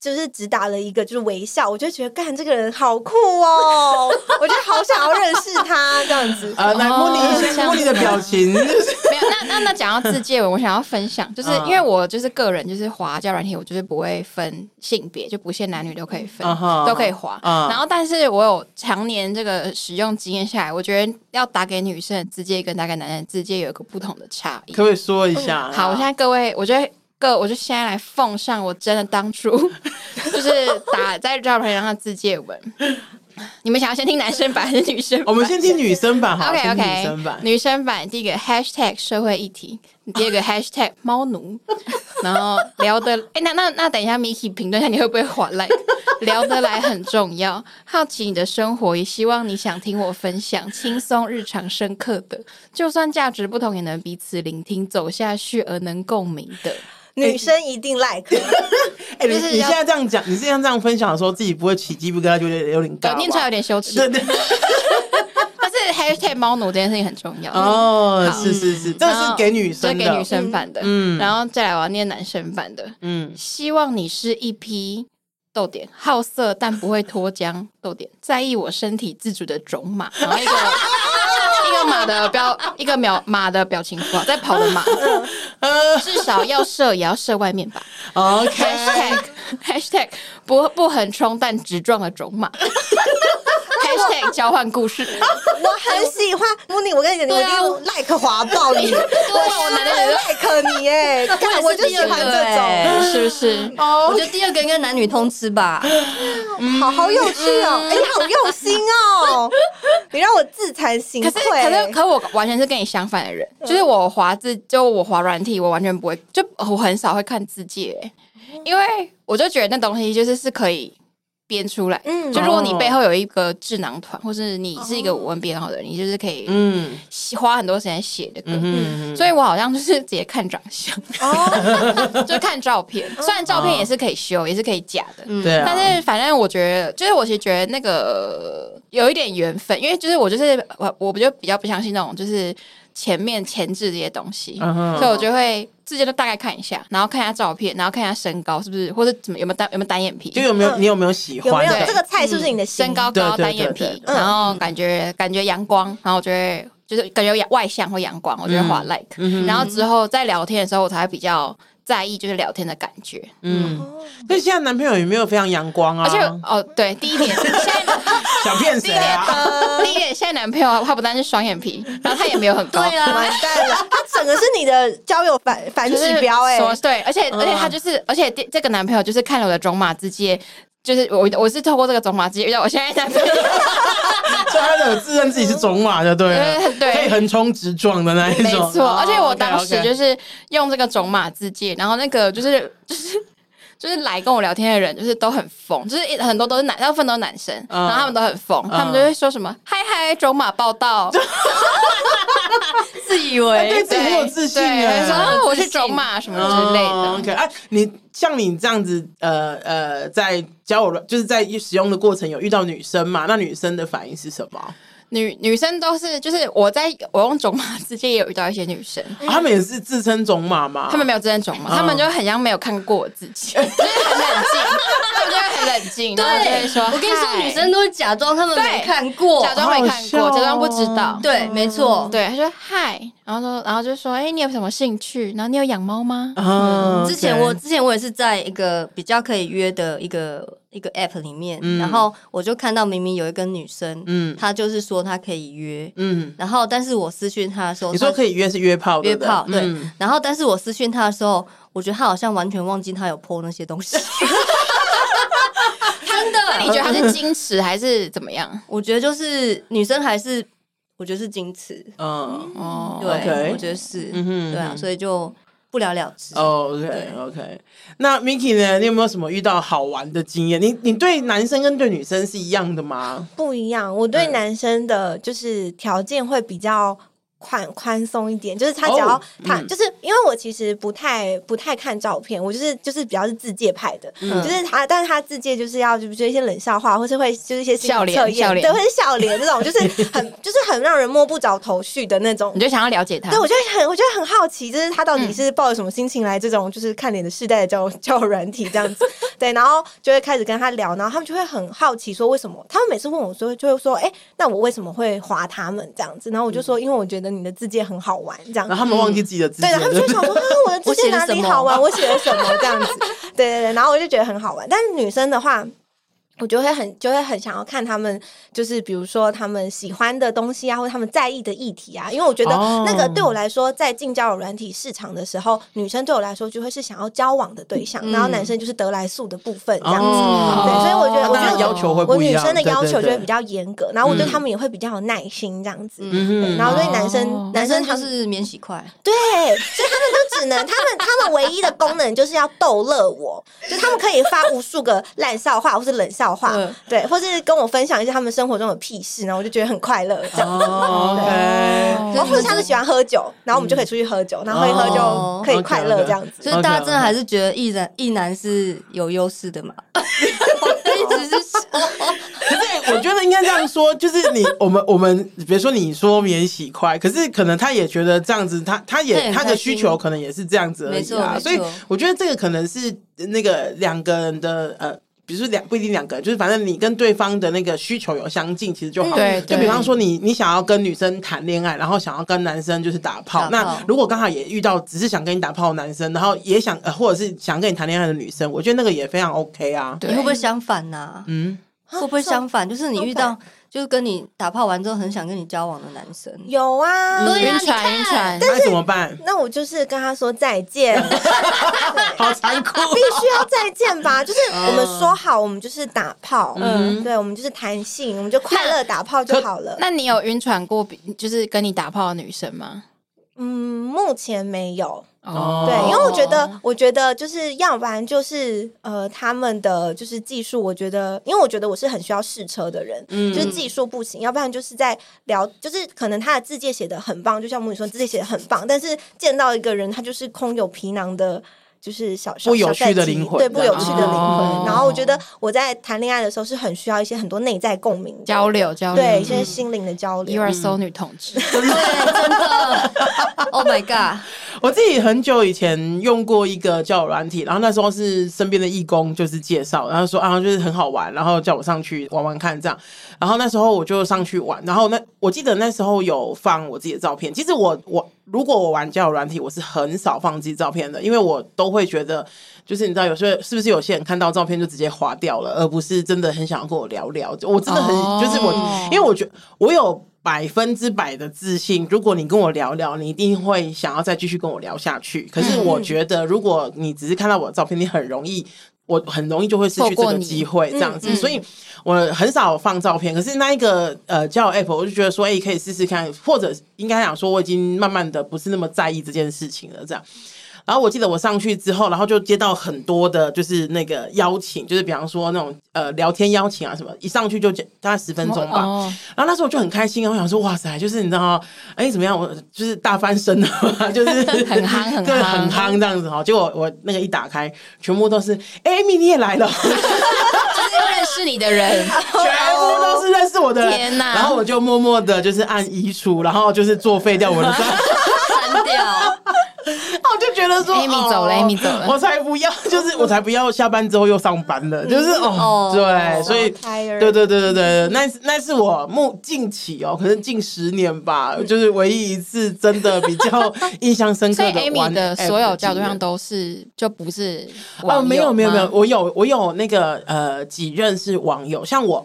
Speaker 4: 就是只打了一个，就是微笑，我就觉得干这个人好酷哦，我就好想要认识他这样子。
Speaker 1: 啊，来摸
Speaker 2: 哦
Speaker 1: 你
Speaker 2: 这样子
Speaker 1: 先摸你的表情，
Speaker 2: 没有，那那那讲到自介文，我想要分享，就是
Speaker 1: 嗯
Speaker 2: 因为我就是个人，就是滑交友软体，我就是不会分性别，就不限男女都可以分
Speaker 1: 嗯哼，
Speaker 2: 都可以滑。
Speaker 1: 嗯
Speaker 2: 然后，但是我有常年这个使用经验下来，我觉得要打给女生的自介跟打给男人的自介有一个不同的差异
Speaker 1: 可。不可以说一下？
Speaker 2: 好，我现在各位，我觉得个，我就现在来奉上我真的当初 (laughs) 就是打在照片上的自介文。你们想要先听男生版还是女生版？
Speaker 1: 我们先听女生版好了
Speaker 2: OK
Speaker 1: 先
Speaker 2: OK，
Speaker 1: 听女生版。
Speaker 2: 女生版第一个 Hashtag 社会议题，第
Speaker 1: (laughs)
Speaker 2: 二个 Hashtag 猫奴， (laughs) 然后聊得哎、那那那等一下 Miki 评论一下你会不会划 like，聊 (laughs) 得来很重要，好奇你的生活，也希望你想听我分享轻松日常深刻的，就算价值不同也能彼此聆听，走下去而能共鸣的。哎
Speaker 4: 女生一定 like，
Speaker 1: 哎、你
Speaker 2: 就是
Speaker 1: 你
Speaker 2: 要
Speaker 1: 现在这样讲，你现在这样分享的时候，自己不会起鸡皮疙瘩，觉得有点
Speaker 2: 对
Speaker 1: 尬，
Speaker 2: 念出来有
Speaker 1: 点
Speaker 2: 点羞耻，
Speaker 1: 对对
Speaker 2: 但是 Hashtag 猫奴这件事情很重要。
Speaker 1: 哦，是是是，这个
Speaker 2: 然
Speaker 1: 是
Speaker 2: 后
Speaker 1: 给女生
Speaker 2: 嗯这是给
Speaker 1: 的，
Speaker 2: 女生版的。
Speaker 1: 嗯
Speaker 2: 然后再来我要念男生版的。
Speaker 1: 嗯，
Speaker 2: 希望你是一匹逗点好色但不会脱缰逗点在意我身体自主的种 (laughs) 马，然后一个一个马的标一个秒马的表情符号在跑的马，至少要射也要射外面吧。
Speaker 1: OK，
Speaker 2: (laughs) #hashtag hashtag 不不横冲但直撞的种 (laughs) 马 #hashtag 交换故事。
Speaker 4: 我很喜欢穆尼。我跟你讲，你
Speaker 2: 对
Speaker 4: 一
Speaker 2: 啊
Speaker 4: 定 like 滑爆你，
Speaker 2: 啊我
Speaker 4: 我
Speaker 2: 男
Speaker 4: 男
Speaker 2: 的
Speaker 4: 的
Speaker 2: 也
Speaker 4: like 你哎，干我
Speaker 3: 我也是
Speaker 4: 就喜欢
Speaker 3: 第二啊个
Speaker 4: 这
Speaker 3: 哎
Speaker 2: 是不是？
Speaker 3: 我觉得第二个应该男女通吃吧，
Speaker 4: 种，好好有趣哦，
Speaker 2: 嗯
Speaker 4: 哎，你好用心哦，你让我自惭形
Speaker 2: 可是，可是，
Speaker 4: 愧。
Speaker 2: 可我完全是跟你相反的人，就是我滑字，就我滑软体，我完全不会，就我很少会看字界、欸因为我就觉得那东西就是是可以编出来。
Speaker 4: 嗯
Speaker 2: 就如果你
Speaker 1: 哦
Speaker 2: 背后有一个智囊团，或是你是一个文编好的人，你就是可以
Speaker 1: 嗯
Speaker 2: 写花很多时间写这个。
Speaker 1: 嗯嗯
Speaker 2: 所以我好像就是直接看长相， (laughs)
Speaker 4: 哦，
Speaker 2: 就看照片。虽然照片
Speaker 1: 哦
Speaker 2: 也是可以修，也是可以假的，
Speaker 1: 以对啊，
Speaker 2: 但是反正我觉得，就是我其实觉得那个呃有一点缘分，因为就是我就是我，我就比较不相信那种就是前面前置这些东西，
Speaker 1: 嗯哼
Speaker 2: 所以我就会直接就大概看一下，然后看一下照片，然后看一下身高是不是，或者怎么有没有单有没有单眼皮，
Speaker 1: 就有没有
Speaker 4: 嗯
Speaker 1: 你有没有喜
Speaker 4: 有没
Speaker 1: 欢
Speaker 4: 有
Speaker 2: 对
Speaker 1: 的？
Speaker 4: 这个菜是不是你的心
Speaker 2: 身高高
Speaker 1: 对对
Speaker 2: 单
Speaker 1: 对
Speaker 2: 眼皮，
Speaker 1: 对嗯
Speaker 2: 然后感觉感觉阳光，然后我觉得。就是感觉有外向或阳光，我就会
Speaker 1: 嗯
Speaker 2: 画 like，、然后之后在聊天的时候，我才会比较在意就是聊天的感觉，
Speaker 3: 哦
Speaker 1: 嗯，所以现在男朋友有没有非常阳光啊？
Speaker 2: 而且哦对，第一
Speaker 1: (laughs)
Speaker 2: 点，现在
Speaker 1: 想骗谁啊？
Speaker 2: 第一点，现在男朋友他不单是双
Speaker 1: (laughs)
Speaker 2: 眼皮，然后他也没有很高，
Speaker 3: 对啊，
Speaker 4: 完蛋了，他整个是你的交友反反
Speaker 2: 就是
Speaker 4: 指标
Speaker 1: 欸
Speaker 4: 哎
Speaker 2: 什，么对，
Speaker 1: 嗯
Speaker 2: 而且而且他就是，而且第这个男朋友就是看了我的种马之界，就是我我是透过这个种马之界遇到我现在
Speaker 1: (laughs)
Speaker 2: 男朋友，
Speaker 1: 所以他有自认自己是种马的，对了
Speaker 2: 对对
Speaker 1: 可以横冲直撞的那一种。
Speaker 2: 没错，
Speaker 3: 哦
Speaker 2: 而且
Speaker 1: 哦
Speaker 2: 我当时就是是用这个种马之界，然后那个就是 (laughs) 就是。就是来跟我聊天的人，就是都很疯，就是一很多都是男，大部分都是男生，
Speaker 1: 嗯
Speaker 2: 然后他们都很疯，他们就会说什么“嗨嗨，种马报
Speaker 1: (laughs)
Speaker 2: 道”，
Speaker 3: 自以为
Speaker 1: 对自己很有自信
Speaker 2: 对，
Speaker 1: 哎
Speaker 2: 对，说啊我是
Speaker 3: 自信
Speaker 2: 种马什么之类的。
Speaker 1: OK，哎、你像你这样子，呃呃，在交友软就是在使用的过程有遇到女生嘛？那女生的反应是什么？
Speaker 2: 女女生都是，就是我在我用种马之间也有遇到一些女生，
Speaker 1: 啊他们也是自称种马嘛？
Speaker 2: 她嗯们没有真正种
Speaker 1: 嗯
Speaker 2: 马，她们就很像没有看过我自
Speaker 3: (laughs)
Speaker 2: 己，就是很冷静，她们就会很冷静，然后就会说，
Speaker 3: 我跟你说，
Speaker 2: 嗨
Speaker 3: 女生都会假装她们没
Speaker 2: 对
Speaker 3: 看过，
Speaker 2: 假装没看
Speaker 1: 好
Speaker 2: 过，
Speaker 1: 好笑哦
Speaker 2: 假装不知道，
Speaker 3: 对，没错，
Speaker 2: 对，她说嗨，然后说，然后就说，哎，你有什么兴趣？然后你有养猫吗？
Speaker 1: 啊
Speaker 3: 嗯之前我
Speaker 1: OK
Speaker 3: 之前我也是在一个比较可以约的一个一个 app 里面，然后我就看到明明有一个女生，
Speaker 1: 嗯
Speaker 3: 她就是说她可以约，
Speaker 1: 嗯，
Speaker 3: 然后但是我私讯她的时候，
Speaker 1: 你说可以约是约炮，
Speaker 3: 她约
Speaker 1: 对不
Speaker 3: 炮，对，
Speaker 1: 嗯
Speaker 3: 然后但是我私讯她的时候，我觉得她好像完全忘记她有 po 那些
Speaker 1: (laughs)
Speaker 3: 东西，真
Speaker 2: 那你
Speaker 3: 的，
Speaker 2: 觉得她是矜持还是怎么样？
Speaker 3: 我觉得就是女生还是我觉得是矜持，
Speaker 1: 嗯
Speaker 2: 哦，
Speaker 3: 对
Speaker 1: OK
Speaker 3: 我觉得是，
Speaker 1: 嗯哼
Speaker 3: 对
Speaker 1: 嗯
Speaker 3: 啊，
Speaker 1: 哼哦
Speaker 3: 所以就不了了之。
Speaker 1: ，OK OK。那 Miki 呢？你有没有什么遇到好玩的经验？你你对男生跟对女生是一样的吗？
Speaker 4: 不一样。我
Speaker 2: 嗯
Speaker 4: 对男生的就是条件会比较宽宽松一点，就是他只要
Speaker 1: 哦
Speaker 4: 他、
Speaker 1: 嗯
Speaker 4: 就是因为我其实不太不太看照片，我就是就是比较是自介派的，
Speaker 2: 嗯
Speaker 4: 就是他，但是他自介就是要就是一些冷笑话，或是会就是一些心理
Speaker 2: 笑脸
Speaker 4: 测
Speaker 2: 笑
Speaker 4: 验，
Speaker 2: 脸
Speaker 4: 对，或是笑脸这种，就是很 (laughs) 就是很让人摸不着头绪的那种
Speaker 2: 你。就想要了解她
Speaker 4: 对，，我就会很，我就会很好奇，就是他到
Speaker 1: 嗯
Speaker 4: 底是抱着什么心情来这种就是看脸的世代的交友 (laughs) 交友软体这样子，对，然后就会开始跟他聊，然后他们就会很好奇说为什么，他们每次问我说就会说，哎、那我为什么会划他们这样子？然后我就说，因为我觉得你的字界很好玩这样
Speaker 1: 嗯然后他们忘记自己的自己
Speaker 4: 对，他们就会想说啊，
Speaker 1: (laughs)
Speaker 4: 我的字界哪里好玩？我写了什么这样子？对对对，然后我就觉得很好玩。但是女生的话，我就会很就会很想要看他们，就是比如说他们喜欢的东西啊，或者他们在意的议题啊，因为我觉得
Speaker 1: 哦
Speaker 4: 那个对我来说，在进交友软体市场的时候，女生对我来说就会是想要交往的对象，
Speaker 2: 嗯
Speaker 4: 然后男生就是得来速的部分这样子。
Speaker 1: 哦
Speaker 4: 对，所以我觉得，
Speaker 2: 那
Speaker 4: 我
Speaker 1: 当
Speaker 4: 觉
Speaker 1: 然
Speaker 4: 得
Speaker 1: 要求会
Speaker 4: 我
Speaker 1: 不一
Speaker 4: 女
Speaker 1: 样，
Speaker 4: 生的要求就
Speaker 1: 对
Speaker 4: 会
Speaker 1: 对
Speaker 4: 比
Speaker 1: 对
Speaker 4: 较严格，然后我对
Speaker 1: 嗯
Speaker 4: 他们也会比较有耐心这样子。
Speaker 1: 嗯
Speaker 4: 对然后所以男生、
Speaker 2: 哦
Speaker 3: 男
Speaker 4: 男
Speaker 3: 生
Speaker 4: 生
Speaker 3: 就
Speaker 4: 他们
Speaker 3: 是免洗筷，
Speaker 4: 对，所以他们就只能他们他们唯一的功能就是要逗乐我，就他们可以发无数个烂笑话或是冷笑话，
Speaker 2: 嗯
Speaker 4: 对，或是跟我分享一些他们生活中的屁事，然后我就觉得很快乐这样。
Speaker 1: 哦，OK，
Speaker 4: 然后或者他们喜欢喝酒，然后我们就可以出去喝酒，然后喝一喝
Speaker 3: 哦
Speaker 4: 就可以快乐
Speaker 1: OK，OK
Speaker 4: 这样子。
Speaker 3: 所以大家真的
Speaker 1: OK，OK
Speaker 3: 还是觉得一男一男是有优势 (laughs) 的嘛？我一直是 (laughs) 说，
Speaker 1: 可是 (laughs) 我觉得应该这样说，就是
Speaker 3: (laughs)
Speaker 1: 你我们我们，比如说你说免洗筷，可是可能他也觉得这样子，他他
Speaker 3: 他也
Speaker 1: 也
Speaker 3: 很
Speaker 1: 他的
Speaker 3: 开心
Speaker 1: 需求可能也是这样子而
Speaker 3: 没
Speaker 1: 已
Speaker 3: 错
Speaker 1: 啊，
Speaker 3: 没错
Speaker 1: 所以我觉得这个可能是呃那个两个人的呃。比如说两不一定两个人，就是反正你跟对方的那个需求有相近，其实就
Speaker 3: 嗯
Speaker 1: 好。
Speaker 2: 对
Speaker 1: 就
Speaker 2: 对
Speaker 1: 比方说你你想要跟女生谈恋爱，然后想要跟男生就是打炮，
Speaker 3: 打炮
Speaker 1: 那如果刚好也遇到只是想跟你打炮的男生，然后也想、呃、或者是想跟你谈恋爱的女生，我觉得那个也非常 OK 啊。
Speaker 3: 你会不会相反呐、
Speaker 1: 嗯，
Speaker 3: 会不会
Speaker 4: 这
Speaker 3: 啊
Speaker 4: 种
Speaker 3: 相反？就是你遇到就是跟你打炮完之后很想跟你交往的男生，
Speaker 4: 有啊？
Speaker 2: 嗯
Speaker 3: 对啊
Speaker 2: 晕
Speaker 3: 你
Speaker 2: 船晕船，
Speaker 1: 那怎么办？
Speaker 4: 那我就是跟他说再见。
Speaker 1: 好残酷。
Speaker 4: 必须要再见吧，就是我们说好，我们就是打炮，
Speaker 1: 嗯
Speaker 4: 嗯，对，我们就是弹性，我们就快乐打炮就好了。
Speaker 2: 那你有晕船过比就是跟你打炮的女生吗？
Speaker 4: 嗯，目前没有，
Speaker 1: 哦
Speaker 4: 对，因为我觉得，我觉得就是要不然就是呃，他们的就是技术，我觉得，因为我觉得我是很需要试车的人，
Speaker 1: 嗯
Speaker 4: 就是技术不行，要不然就是在聊，就是可能他的字界写的很棒，就像母女说字界写的很棒，但是见到一个人，他就是空有皮囊的。就是小小
Speaker 1: 不有趣的
Speaker 4: 小菜鸡
Speaker 1: 灵魂
Speaker 4: 对不有趣的灵魂。
Speaker 2: 哦
Speaker 4: 然后我觉得我在谈恋爱的时候是很需要一些很多内在共鸣的
Speaker 2: 交，流交流，
Speaker 4: 对一些心灵的交
Speaker 2: ，You
Speaker 4: 流。
Speaker 2: are so 女同志，
Speaker 3: (laughs) 对，真的 (laughs) ，Oh my god！
Speaker 1: 我自己很久以前用过一个交友软体，然后那时候是身边的义工就是介绍，然后说啊就是很好玩，然后叫我上去玩玩看这样。然后那时候我就上去玩，然后那我记得那时候有放我自己的照片。其实我我如果我玩交友软体，我是很少放自己照片的，因为我都会觉得就是你知道有些是不是有些人看到照片就直接划掉了，而不是真的很想要跟我聊聊。我真的很、
Speaker 2: 哦
Speaker 1: 就是我，因为我觉得我有。百分之百的自信，如果你跟我聊聊，你一定会想要再继续跟我聊下去。可
Speaker 2: 嗯
Speaker 1: 是我觉得，如果你只是看到我的照片，你很容易，我很容易就会失去
Speaker 2: 错
Speaker 1: 这
Speaker 2: 过
Speaker 1: 个
Speaker 2: 你
Speaker 1: 机会，这样子。
Speaker 2: 嗯
Speaker 1: 所以我很少放照片，可是那一个呃交友 app，我就觉得说，哎、可以试试看，或者应该讲说，我已经慢慢的不是那么在意这件事情了，这样。然后我记得我上去之后，然后就接到很多的，就是那个邀请，就是比方说那种呃聊天邀请啊什么，一上去就大概十分钟吧。
Speaker 2: 哦
Speaker 1: 然后那时候我就很开心啊，我想说哇塞，就是你知道，哎怎么样，我就是大翻身了， (laughs) 就是
Speaker 2: 很夯很
Speaker 1: 对，
Speaker 2: 夯
Speaker 1: 很夯这样子哈。结果我那个一打开，全部都是 Amy 你也来
Speaker 2: (laughs)
Speaker 1: 了，
Speaker 2: 就是认识你的人，
Speaker 1: 全部都是认识我的人。
Speaker 2: 天哪
Speaker 1: 然后我就默默的就是按移除，然后就是作废掉我的账号，
Speaker 3: 删掉，
Speaker 1: 我就觉得说
Speaker 2: Amy 走了
Speaker 1: 哦
Speaker 2: Amy 走了
Speaker 1: 我才不要，就是我才不要下班之后又上班了，就是
Speaker 2: 嗯
Speaker 1: 哦
Speaker 3: 哦，
Speaker 1: 对，所以。
Speaker 4: tired
Speaker 1: 对对对对对，那是那是我目近期哦，可能近十年吧，就是唯一一次真的比
Speaker 2: (laughs)
Speaker 1: 较印象深刻
Speaker 2: 所以
Speaker 1: 的
Speaker 2: Amy
Speaker 1: 玩
Speaker 2: 的
Speaker 1: app
Speaker 2: 所有角度
Speaker 1: 经验
Speaker 2: 上都是就不是
Speaker 1: 哦，
Speaker 2: 网
Speaker 1: 没有没有没有
Speaker 2: 吗，
Speaker 1: 我有我有那个呃几任是网友，像我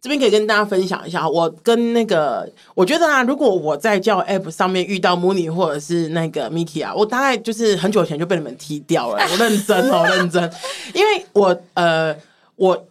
Speaker 1: 这边可以跟大家分享一下，我跟那个我觉得啊，如果我在叫 App 上面遇到 Mooney 或者是那个 Miki 啊，我大概就是很久以前就被你们踢掉了，我认真哦认真，因为我呃我。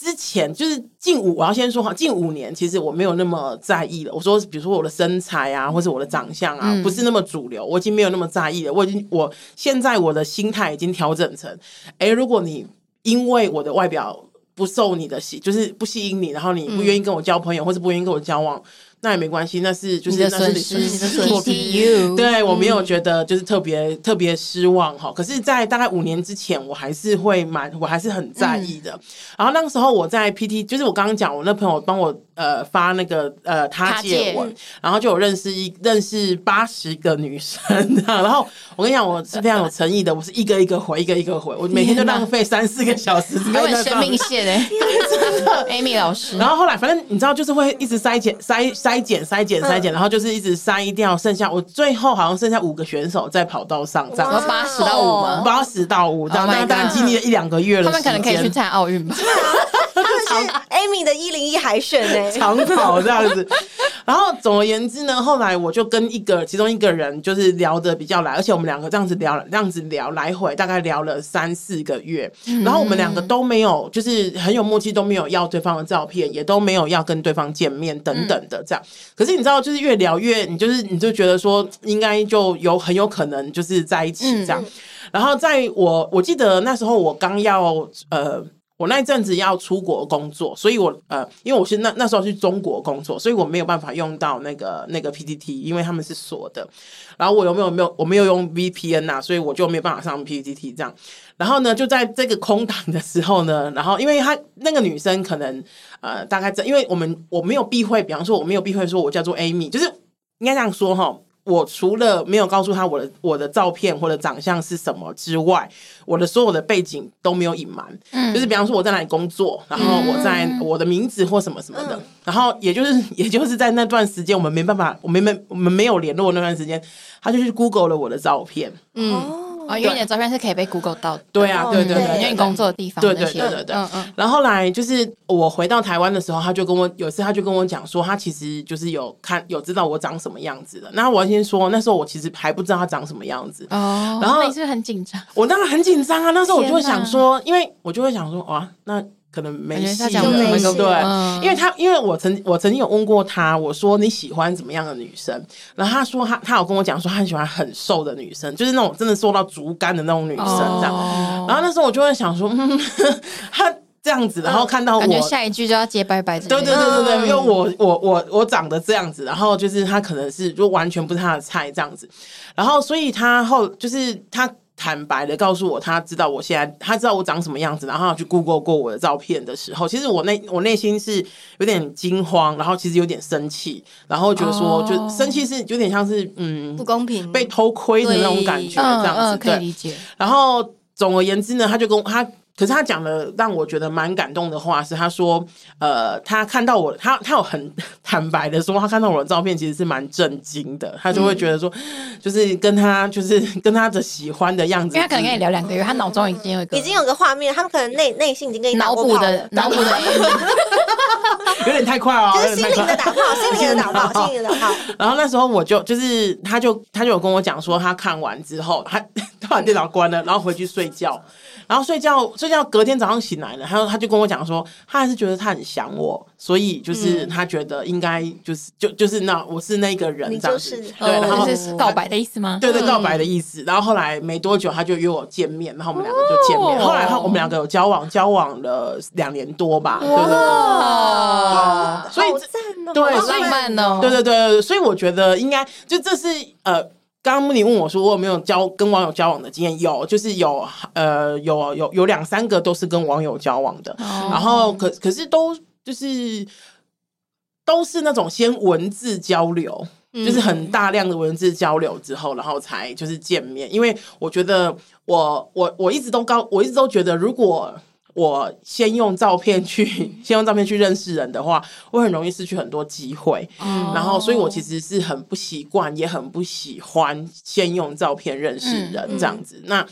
Speaker 1: 之前就是近五，我要先说哈，近五年其实我没有那么在意了。我说，比如说我的身材啊，或者我的长相啊，
Speaker 2: 嗯
Speaker 1: 不是那么主流，我已经没有那么在意了。我已经，我现在我的心态已经调整成，诶，如果你因为我的外表不受你的吸，就是不吸引你，然后你不愿
Speaker 2: 嗯
Speaker 1: 意跟我交朋友，或者不愿意跟我交往，那也没关系，那是就是
Speaker 2: 你的
Speaker 1: 那是
Speaker 2: 损
Speaker 1: 你损
Speaker 2: 失，你的
Speaker 1: 失
Speaker 2: 损
Speaker 1: 我
Speaker 2: 失
Speaker 1: 比
Speaker 2: ，you
Speaker 1: 对我没
Speaker 2: 嗯
Speaker 1: 有觉得就是特别、特别失望哈。可是，在大概五年之前，我还是会蛮，我还是很在意的。然后那个时候我在 PT，就是我刚刚讲，我那朋友帮我呃发那个呃他
Speaker 2: 他
Speaker 1: 借
Speaker 2: 借
Speaker 1: 我，然后就有认识一认识八十个女生，然后我跟你讲，我是非常有诚意的，我是一个一个回，一个一个回，我每天就
Speaker 2: 天哪
Speaker 1: 浪费三四个小
Speaker 2: (laughs)
Speaker 1: 时
Speaker 2: 你
Speaker 1: 在
Speaker 2: 根本
Speaker 1: 那
Speaker 2: 生
Speaker 1: 上面
Speaker 2: 命。线哎，Amy 老师，
Speaker 1: 然后后来，反正你知道，就是会一直筛减、筛筛减、筛减、筛
Speaker 2: 嗯
Speaker 1: 减，然后就是一直筛掉，剩下我最后好像剩下五个选手在跑道上这样
Speaker 2: 我
Speaker 4: 哇
Speaker 1: 子，
Speaker 2: 八十到五吗？
Speaker 1: 八十到五这样，
Speaker 2: Oh my
Speaker 1: 那
Speaker 2: god
Speaker 1: 当然经历了一两个月了，
Speaker 2: 他们可能可以去。参奥运吧？
Speaker 4: Amy 的一零一海选欸
Speaker 1: (laughs)
Speaker 4: 呢、
Speaker 1: 长跑这样子。然后总而言之呢，后来我就跟一个其中一个人就是聊得比较来，而且我们两个这样子聊，这样子聊来回大概聊了三四个月，然后我们两个都没有就是很有默契，都没有要对方的照片，也都没有要跟对方见面等等的这样。可是你知道，就是越聊越你就是你就觉得说应该就有很有可能就是在一起这样。然后在我我记得那时候我刚要呃。我那一阵子要出国工作，所以我呃，因为我是那那时候去中国工作，所以我没有办法用到那个那个 PPT，因为他们是锁的。然后我有没有没有我没有用 VPN 呐、啊所以我就没有办法上 PPT 这样。然后呢，就在这个空档的时候呢，然后因为她那个女生可能呃，大概在，因为我们我没有避讳，比方说我没有避讳说我叫做 Amy，就是应该这样说哈。我除了没有告诉她我的我的照片或者长相是什么之外，我的所有的背景都没有隐瞒，
Speaker 4: 嗯
Speaker 1: 就是比方说我在哪里工作，然后我在我的名字或什么什么的，
Speaker 4: 嗯
Speaker 1: 然后也就是 (laughs) 也就是在那段时间，我们没办法，我们没我们没有联络那段时间，他就去 Google 了我的照片，
Speaker 2: 嗯，
Speaker 4: 哦，
Speaker 2: 哦，因为你的照片是可以被 Google 到的，
Speaker 1: 对啊，
Speaker 4: 哦
Speaker 1: 对对
Speaker 4: 对
Speaker 1: 对，
Speaker 2: 因为你工作的地方
Speaker 1: 对
Speaker 2: 那
Speaker 1: 对
Speaker 2: 些，
Speaker 1: 对对对
Speaker 2: 嗯嗯，
Speaker 1: 然后后来就是我回到台湾的时候，他就跟我有一次他就跟我讲说，他其实就是有看有知道我长什么样子的。那我先说，那时候我其实还不知道他长什么样
Speaker 2: (laughs)
Speaker 1: 子，
Speaker 2: 哦，
Speaker 1: 然后
Speaker 2: 那你是不是很紧张？
Speaker 1: 我当然很紧张啊。那时候我就会
Speaker 2: 天哪
Speaker 1: 想说，因为我就会想说，哇，那可能没
Speaker 2: 感觉
Speaker 1: 戏
Speaker 2: 他讲
Speaker 1: 了
Speaker 4: 不出
Speaker 1: 对
Speaker 4: 口
Speaker 1: 不对？
Speaker 2: 嗯
Speaker 1: 因为他因为我曾我曾经有问过他，我说你喜欢怎么样的女生？然后他说他他有跟我讲说他很喜欢很瘦的女生，就是那种真的瘦到竹竿的那种女生这样。
Speaker 2: 哦
Speaker 1: 然后那时候我就会想说，嗯， (laughs) 他这样子，然后看到我，
Speaker 2: 感觉下一句就要接拜拜之类
Speaker 1: 对
Speaker 2: 的，
Speaker 1: 对对对对，
Speaker 2: 嗯
Speaker 1: 因为我我我我长得这样子，然后就是他可能是就完全不是他的菜这样子，然后所以他后就是他。坦白的告诉我，他知道我现在，他知道我长什么样子，然后他去 Google 过我的照片的时候，其实我内我内心是有点惊慌，然后其实有点生气，然后觉得说，
Speaker 2: 哦
Speaker 1: 就生气是有点像是嗯
Speaker 3: 不公平，
Speaker 1: 被偷窥的那种感觉，
Speaker 2: 嗯
Speaker 1: 这样子
Speaker 2: 嗯，可
Speaker 1: 对
Speaker 2: 以理解，
Speaker 1: 然后总而言之呢，他就跟我他，可是他讲了让我觉得蛮感动的话是，他说，呃，他看到我，他他有很坦白的说，他看到我的照片其实是蛮震惊的，他就会觉得说，就是跟他就是跟他的喜欢的样子，
Speaker 2: 嗯因为他可能跟你聊两个月，他脑中已经有一个
Speaker 4: 已经有个画面，他们可能内内心已经跟你打
Speaker 2: 脑
Speaker 4: 过
Speaker 2: 补
Speaker 4: 炮
Speaker 2: 的
Speaker 4: 了，
Speaker 2: 脑补的 (laughs)
Speaker 1: 有点太快哦，
Speaker 4: 就
Speaker 1: 有
Speaker 4: 是
Speaker 1: 点
Speaker 4: 心
Speaker 1: 太快
Speaker 4: 灵的打炮，心灵的打炮，心灵的打炮。
Speaker 1: 然后那时候我就就是，他就他就有跟我讲说，他看完之后，他 (laughs) 他把电脑关了，然后回去睡觉，然后睡觉睡觉，隔天早上醒来了，他他就跟我讲说，他还是觉得他很想我，所以就是
Speaker 4: 嗯
Speaker 1: 他觉得应该就是、就就是那我是那个人
Speaker 4: 你
Speaker 1: 这样
Speaker 4: 就是
Speaker 1: 子，
Speaker 4: 哦
Speaker 1: 对，然后
Speaker 2: 这是告白的意思吗？
Speaker 1: 对对告白的意思。然后后来没多久，他就约我见面，然后我们两个就见面。
Speaker 2: 哦
Speaker 1: 后来他我们两个有交往，交往了两年多吧，对对对。
Speaker 2: 哇，
Speaker 1: 所以
Speaker 4: 好
Speaker 1: 这
Speaker 4: 赞哦，
Speaker 1: 对
Speaker 4: 好
Speaker 2: 好浪漫哦，
Speaker 1: 对对对，所以我觉得应该就这是呃，刚刚你问我说我有没有交跟网友交往的经验，有，就是有呃有有有两三个都是跟网友交往的，
Speaker 2: 哦，
Speaker 1: 然后可可是都就是都是那种先文字交流，
Speaker 2: 嗯
Speaker 3: 嗯
Speaker 1: 就是很大量的文字交流之后，然后才就是见面。因为我觉得我我我一直都高，我一直都觉得，如果我先用照片去 (laughs) 先用照片去认识人的话，我很容易失去很多机会。
Speaker 2: 哦
Speaker 1: 然后，所以我其实是很不习惯，也很不喜欢先用照片认识人这样子。
Speaker 2: 嗯
Speaker 1: 那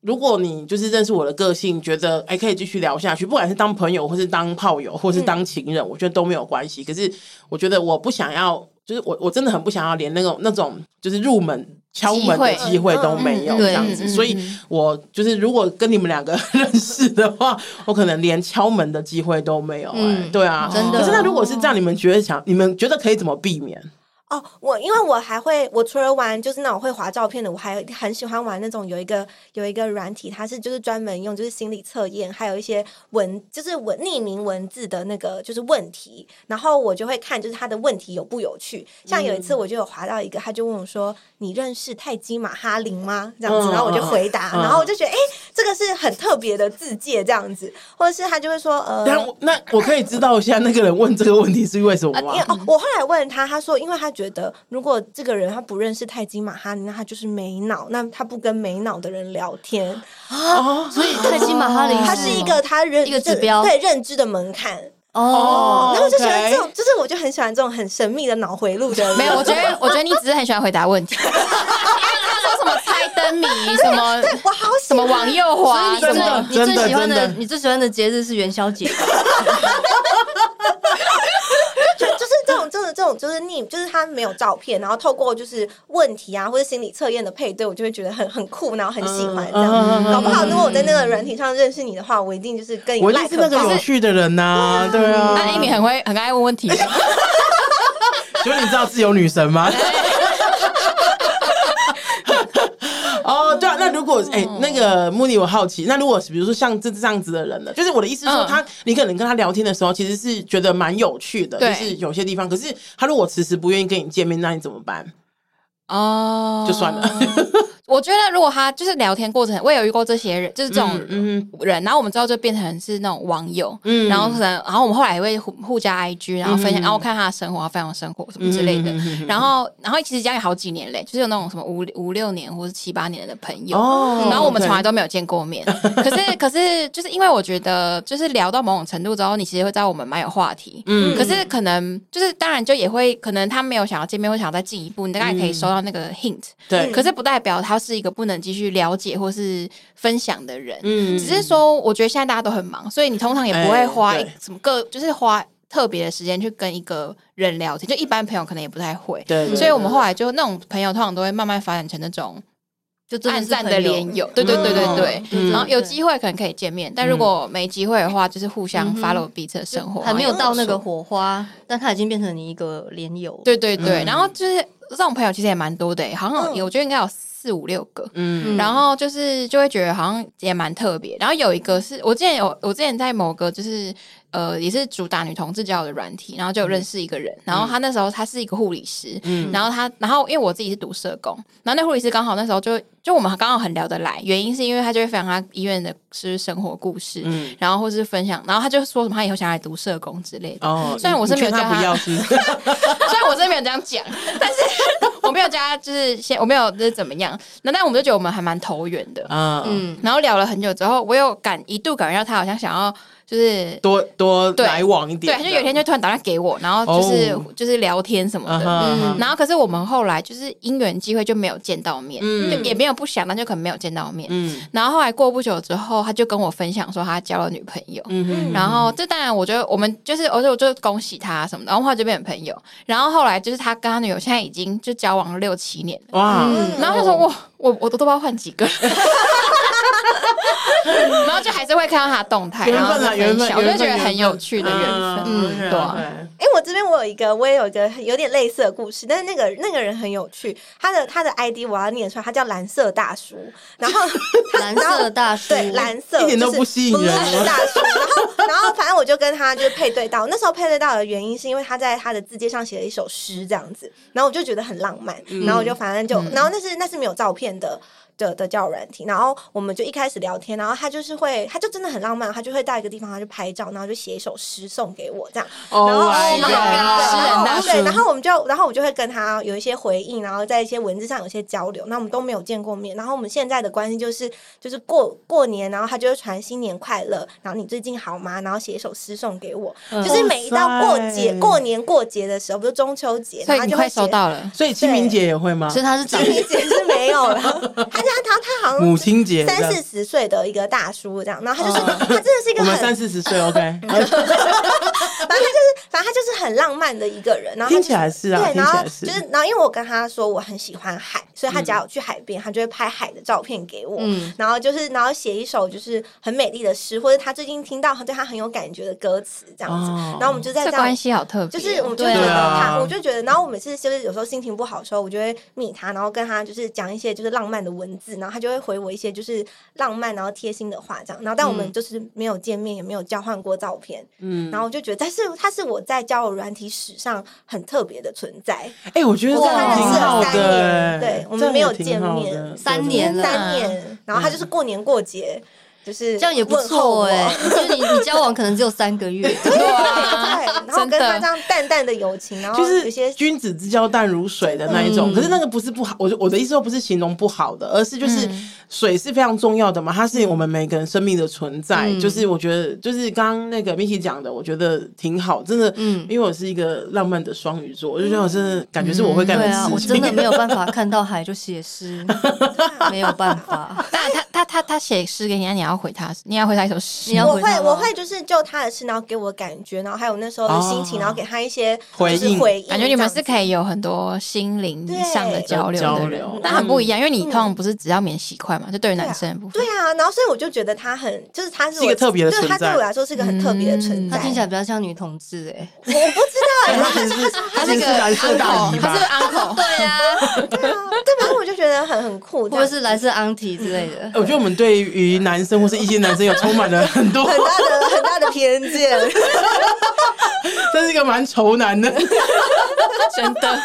Speaker 1: 如果你就是认识我的个性，觉得哎可以继续聊下去，不管是当朋友，或是当炮友，或是当情人，我觉得都没有关系。可是我觉得我不想要，就是我我真的很不想要连那种那种就是入门敲门的机会都没有
Speaker 2: 嗯嗯
Speaker 1: 这样子，
Speaker 2: 嗯嗯
Speaker 1: 所以我就是如果跟你们两个认识的话， (laughs) 我可能连敲门的机会都没有、哎、
Speaker 3: 嗯
Speaker 1: 对啊，
Speaker 3: 真的
Speaker 1: 可是那如果是这样，你们觉得想，你们觉得可以怎么避免？
Speaker 4: 哦，我因为我还会，我除了玩就是那种会滑照片的，我还很喜欢玩那种有一个有一个软体，它是就是专门用就是心理测验，还有一些文就是文匿名文字的那个就是问题，然后我就会看就是它的问题有不有趣。像有一
Speaker 1: 嗯
Speaker 4: 次我就有滑到一个，他就问我说：“你认识泰姬玛哈林吗？”这样子，
Speaker 1: 嗯
Speaker 4: 然后我就回答，
Speaker 1: 嗯嗯
Speaker 4: 然后我就觉得哎、诶这个是很特别的字界这样子，或者是他就会说呃，
Speaker 1: 但我那我可以知道一下那个人问这个问题是为什么
Speaker 4: 因为
Speaker 1: 吗？
Speaker 4: 哦，我后来问他，他说，因为他觉得如果这个人他不认识泰姬玛哈尼，那他就是没脑，那他不跟没脑的人聊天，
Speaker 1: 哦，所以
Speaker 3: 泰姬玛哈林，
Speaker 2: 哦
Speaker 4: 他是一个他认
Speaker 3: 一个指标
Speaker 4: 对认知的门槛。
Speaker 1: 哦
Speaker 3: 哦，
Speaker 4: 然后我就喜欢
Speaker 1: OK
Speaker 4: 这种，就是我就很喜欢这种很神秘的脑回路的
Speaker 1: (laughs)
Speaker 4: 人。
Speaker 2: 没有，我觉得我觉得你只是很喜欢回答问题，因为他说什么猜灯谜，什么
Speaker 4: (laughs) 我好喜
Speaker 2: 什么往右滑，
Speaker 3: 所以
Speaker 2: 什
Speaker 3: 你
Speaker 1: 真的
Speaker 2: 么
Speaker 3: 最你最喜欢
Speaker 1: 真的真
Speaker 3: 的
Speaker 1: 的
Speaker 3: 你最喜欢的节日是元宵节吧，
Speaker 4: 这种就是匿，就是他没有照片，然后透过就是问题啊或者心理测验的配对，我就会觉得很很酷，然后很喜欢这样。
Speaker 1: 嗯嗯嗯嗯
Speaker 4: 搞不好如果我在那个软体上认识你的话，我一定就是跟你
Speaker 1: 我就
Speaker 4: 赖
Speaker 1: 是那个有趣的人呐、对啊。
Speaker 2: 那 Amy 很会很爱问问题，
Speaker 1: 请问你知道自由女神吗？哦，对啊，那如果哎、
Speaker 2: 嗯
Speaker 1: 那个穆尼，我好奇，那如果是比如说像这这样子的人呢，就是我的意思是说
Speaker 2: 嗯
Speaker 1: 他，你可能跟他聊天的时候，其实是觉得蛮有趣的，就
Speaker 2: 对
Speaker 1: 是有些地方，可是他如果迟迟不愿意跟你见面，那你怎么办？
Speaker 2: 哦，
Speaker 1: 就算了。
Speaker 2: 我觉得如果他就是聊天过程，我也有遇过这些人，就是这种
Speaker 1: 嗯嗯
Speaker 2: 人，然后我们之后就变成是那种网友，
Speaker 1: 嗯
Speaker 2: 然后可能，然后我们后来也会互互加 IG，然后分享，
Speaker 1: 嗯
Speaker 2: 然后我看他的生活，然后分享生活什么之类的
Speaker 1: 嗯嗯嗯嗯嗯，
Speaker 2: (laughs) 然后，然后其实这样有好几年嘞，就是有那种什么五五六年或是七八年的朋友，
Speaker 1: 哦
Speaker 2: 然后我们从来
Speaker 1: 都
Speaker 2: 都没有见过面，可是可是就是因为我觉得，就是聊到某种程度之后，你其实会知道我们蛮有话题，
Speaker 1: 嗯
Speaker 2: 可是可能就是当然就也会可能他没有想要见面，或想要再进一步，你大概
Speaker 1: 嗯
Speaker 2: 可以收到那个 hint，、
Speaker 1: 对，
Speaker 2: 可是不代表他是一个不能继续了解或是分享的人，
Speaker 1: 嗯
Speaker 2: 只是说我觉得现在大家都很忙，所以你通常也不会花
Speaker 1: 哎对
Speaker 2: 什么个就是花特别的时间去跟一个人聊天，就一般朋友可能也不太会，
Speaker 1: 对，
Speaker 2: 所以我们后来就那种朋友通常都会慢慢发展成那种。
Speaker 3: 就真的
Speaker 2: 暗
Speaker 3: 是
Speaker 2: 战
Speaker 3: 朋
Speaker 2: 的
Speaker 3: 友
Speaker 2: 连友，对对对对对，
Speaker 1: 嗯
Speaker 2: 然后有机会可能可以见面，但如果没机会的话，就是互相
Speaker 1: 嗯
Speaker 2: follow 彼此的生活，
Speaker 3: 还没有到
Speaker 2: 然
Speaker 3: 那个
Speaker 2: 后也不错。
Speaker 3: 火花，但他已经变成你一个连友。
Speaker 2: 对对
Speaker 1: 嗯
Speaker 2: 对，然后就是这种朋友其实也蛮多的欸，好像
Speaker 4: 嗯
Speaker 2: 有我觉得应该有四五六个。
Speaker 1: 嗯
Speaker 2: 然后就是就会觉得好像也蛮特别，然后有一个是我之前有我之前在某个就是呃也是主打女同志交友的软体，然后就有认识一个人，然后他那时候他是一个护理师，
Speaker 1: 嗯
Speaker 2: 然后他然后因为我自己是读社工，然后那护理师刚好那时候就就我们刚好很聊得来，原因是因为他就会分享他医院的是生活故事，
Speaker 1: 嗯
Speaker 2: 然后或是分享，然后他就说什么他以后想来读社工之类的， (laughs)
Speaker 1: 哦，
Speaker 2: 虽然我是
Speaker 1: 你
Speaker 2: 没有
Speaker 1: 劝
Speaker 2: 叫
Speaker 1: 他不
Speaker 2: 他
Speaker 1: 要，是不
Speaker 2: (laughs)
Speaker 1: 是
Speaker 2: 虽然我真的没有这样讲，但是 (laughs) 我没有加，就是先我没有就是怎么样，那但我们就觉得我们还蛮投缘的。
Speaker 1: 嗯，
Speaker 3: 嗯，
Speaker 2: 然后聊了很久之后，我有感一度感觉到他好像想要就是
Speaker 1: 多多
Speaker 2: 对
Speaker 1: 来往一
Speaker 2: 对，
Speaker 1: 点，
Speaker 2: 他就有一天就突然打电话给我，然后就是、
Speaker 1: 哦
Speaker 2: 就是嗯聊天什么
Speaker 1: 啊
Speaker 2: 的。
Speaker 1: 哈啊哈
Speaker 2: 然后，可是我们后来就是因缘机会就没有见到面，
Speaker 1: 嗯
Speaker 2: 就也没有不想，但就可能没有见到面。
Speaker 1: 嗯
Speaker 2: 然后后来过不久之后，他就跟我分享说他交了女朋友，
Speaker 1: 嗯哼
Speaker 2: 然后这当然，我觉得我们就是，而且我就恭喜他什么的，然后后来就变成朋友。然后后来就是他跟他女友现在已经就交往了六七年了，
Speaker 1: 哇，
Speaker 4: 嗯
Speaker 2: 然后就说哇，我我都不知道换几个， (laughs) 然后就还是会看到他的动态，
Speaker 1: 缘
Speaker 2: 然后
Speaker 1: 分啊，
Speaker 2: 就
Speaker 1: 缘
Speaker 2: 分
Speaker 1: 分，
Speaker 2: 享我就
Speaker 1: 缘分
Speaker 2: 觉得很有趣的缘分。
Speaker 1: 嗯，
Speaker 3: 嗯
Speaker 1: 对
Speaker 2: 对
Speaker 1: 啊
Speaker 2: 啊
Speaker 1: 对
Speaker 4: 哎、我这边我有一个，我也有一个有点类似的故事，但是那个那个人很有趣，他的他的 ID 我要念出来，他叫蓝色大叔，然
Speaker 1: (laughs)
Speaker 4: 后
Speaker 3: 蓝色大叔，
Speaker 4: 对蓝色
Speaker 1: 一点都不吸引人啊
Speaker 4: 就是 blue 大叔，然后然后反正我就跟他就是配对到，那时候配对到的原因是因为他在他的字界上写了一首诗这样子，然后我就觉得很浪漫，
Speaker 1: 嗯
Speaker 4: 然后我就反正就、然后那是那是没有照片的。的的叫软体，然后我们就一开始聊天，然后他就是会，他就真的很浪漫，他就会到一个地方，他就拍照，然后就写一首诗送给我这样，
Speaker 1: ，Oh
Speaker 4: 然后
Speaker 1: my
Speaker 4: 然后
Speaker 1: god，
Speaker 2: 诗人大
Speaker 4: 对，
Speaker 2: 叔
Speaker 4: 然后我们就，然后我就会跟他有一些回应，然后在一些文字上有一些交流。那我们都没有见过面，然后我们现在的关系就是，就是过过年，然后他就会传新年快乐，然后你最近好吗？然后写一首诗送给我，
Speaker 2: 嗯
Speaker 4: 就是每一到过节、
Speaker 1: 哇塞
Speaker 4: 过年、过节的时候，比如中秋节，
Speaker 2: 所
Speaker 4: 然
Speaker 2: 以
Speaker 4: 后
Speaker 2: 你
Speaker 4: 就会
Speaker 2: 快
Speaker 4: 写
Speaker 2: 收。
Speaker 4: (laughs)
Speaker 2: 到了，
Speaker 1: 所以清明节也会吗
Speaker 3: 所？以他是长
Speaker 4: 清明节是没有了，他家他他好像
Speaker 1: 母亲节这
Speaker 4: 三
Speaker 1: 样哦
Speaker 4: 四十岁的一个大叔这样，然后他就是、他真的是一个
Speaker 1: 我
Speaker 4: 很
Speaker 1: 们，三四十岁，OK，
Speaker 4: (laughs)
Speaker 1: 哎
Speaker 4: 反正他就是反正他就是很浪漫的一个人，然后他
Speaker 1: 听
Speaker 4: 就
Speaker 1: 起来是嗯啊，
Speaker 4: 对，
Speaker 1: 听起
Speaker 4: 然后
Speaker 1: 来
Speaker 4: 就是，然后因为我跟他说我很喜欢海，所以他只要有去海边，他就会拍海的照片给我。
Speaker 3: 嗯
Speaker 4: 然后就是，然后写一首就是很美丽的诗，或者他最近听到对他很有感觉的歌词这样子。
Speaker 1: 哦
Speaker 4: 然后我们就在
Speaker 2: 这
Speaker 4: 这样
Speaker 2: 关，系好特别
Speaker 4: 就
Speaker 2: 哦。
Speaker 4: 是我们就
Speaker 3: 对
Speaker 4: 觉
Speaker 3: 啊
Speaker 4: 得他，
Speaker 1: 对啊
Speaker 4: 我就觉得，然后我每次就是有时候心情不好的时候，我就会密他，然后跟他就是讲一些就是浪漫的文字，然后他就会回我一些就是浪漫然后贴心的话这样。然后但我
Speaker 3: 嗯
Speaker 4: 们就是没有见面，也没有交换过照片，
Speaker 1: 嗯
Speaker 4: 然后我就觉得，但是他是我在交友软体史上很特别的存在。
Speaker 1: 哎，我觉得这
Speaker 4: 哇
Speaker 1: 样挺好
Speaker 4: 他认
Speaker 1: 的
Speaker 4: 识
Speaker 1: 欸，
Speaker 4: 了三年对我们
Speaker 1: 这样
Speaker 4: 没有
Speaker 1: 也挺
Speaker 4: 见
Speaker 1: 好
Speaker 4: 面
Speaker 1: 的
Speaker 3: 三
Speaker 1: 对
Speaker 3: 年了
Speaker 4: 三年，然后他就是过年过节，就是
Speaker 3: 啊嗯这样也不
Speaker 4: 问候
Speaker 3: 错
Speaker 4: 我
Speaker 3: (laughs) 哎、就是你你交往可能只有三个 (laughs) 月，
Speaker 2: 对 (laughs)
Speaker 4: (laughs) 对，
Speaker 2: 啊，
Speaker 3: (laughs)
Speaker 4: 然后
Speaker 2: 真
Speaker 4: 跟他这
Speaker 2: 的。
Speaker 4: 样淡淡的友情，然后
Speaker 1: 就
Speaker 4: 有
Speaker 1: 是
Speaker 4: 些
Speaker 1: 君子之交淡如水的那一种，
Speaker 3: 嗯
Speaker 1: 可是那个不是不好，我我的意思说不是形容不好的，而是就是
Speaker 2: 嗯
Speaker 1: 水是非常重要的嘛，它是我们每个人生命的存在。
Speaker 3: 嗯
Speaker 1: 就是我觉得，就是刚刚那个 Miki 讲的，我觉得挺好，真的，
Speaker 3: 嗯
Speaker 1: 因为我是一个浪漫的双鱼座，我就觉得我真的感觉是我会干
Speaker 3: 对
Speaker 4: 嗯
Speaker 1: 的
Speaker 3: 啊，我
Speaker 1: 事情。 (laughs)
Speaker 3: 真的没有办法看到海就写诗，没有办法。
Speaker 2: 那他他他他写诗给你，那你要回他，你要回他一首诗，
Speaker 3: 你要
Speaker 4: 我
Speaker 3: 回
Speaker 4: 会
Speaker 3: 他吗
Speaker 4: 我会就是就他的事，然后给我感觉，然后还有那时候的心情，
Speaker 1: 哦
Speaker 4: 然后给他一些
Speaker 1: 回
Speaker 4: 就是
Speaker 1: 应
Speaker 4: 回应，
Speaker 2: 感觉你们是
Speaker 4: 以。
Speaker 2: 可以有很多心灵上的交流
Speaker 1: 交
Speaker 2: 的人
Speaker 1: 流，嗯
Speaker 2: 但很不一样，因为你通常不是只要免洗块嘛，就对于男生的部分
Speaker 4: 嗯对，啊，然后所以我就觉得他很，就是他是
Speaker 1: 是一
Speaker 4: 我
Speaker 1: 个特别的
Speaker 4: 对他
Speaker 1: 存在
Speaker 4: 对我来说是个很特别的存
Speaker 2: 嗯
Speaker 4: 在。
Speaker 3: 他听起来比较像女同志哎、
Speaker 4: 我不知道，
Speaker 1: 他可能是他可能
Speaker 2: 这
Speaker 1: 是
Speaker 2: 个
Speaker 1: 蓝色大
Speaker 2: uncle，
Speaker 1: 姨
Speaker 2: 他是
Speaker 1: 吧？
Speaker 2: uncle，
Speaker 3: 对 (laughs) 呀、啊，
Speaker 4: 对啊，对，反正我就觉得很很酷，
Speaker 3: 会
Speaker 4: 这
Speaker 3: 不
Speaker 4: 样
Speaker 3: 会是来自 auntie 之类的？
Speaker 1: 我觉得我们对于男生或是一些男生有充满了很多，
Speaker 4: 很大的很大的偏见。
Speaker 1: 这是一个蛮愁男的。 (laughs)
Speaker 2: 真的，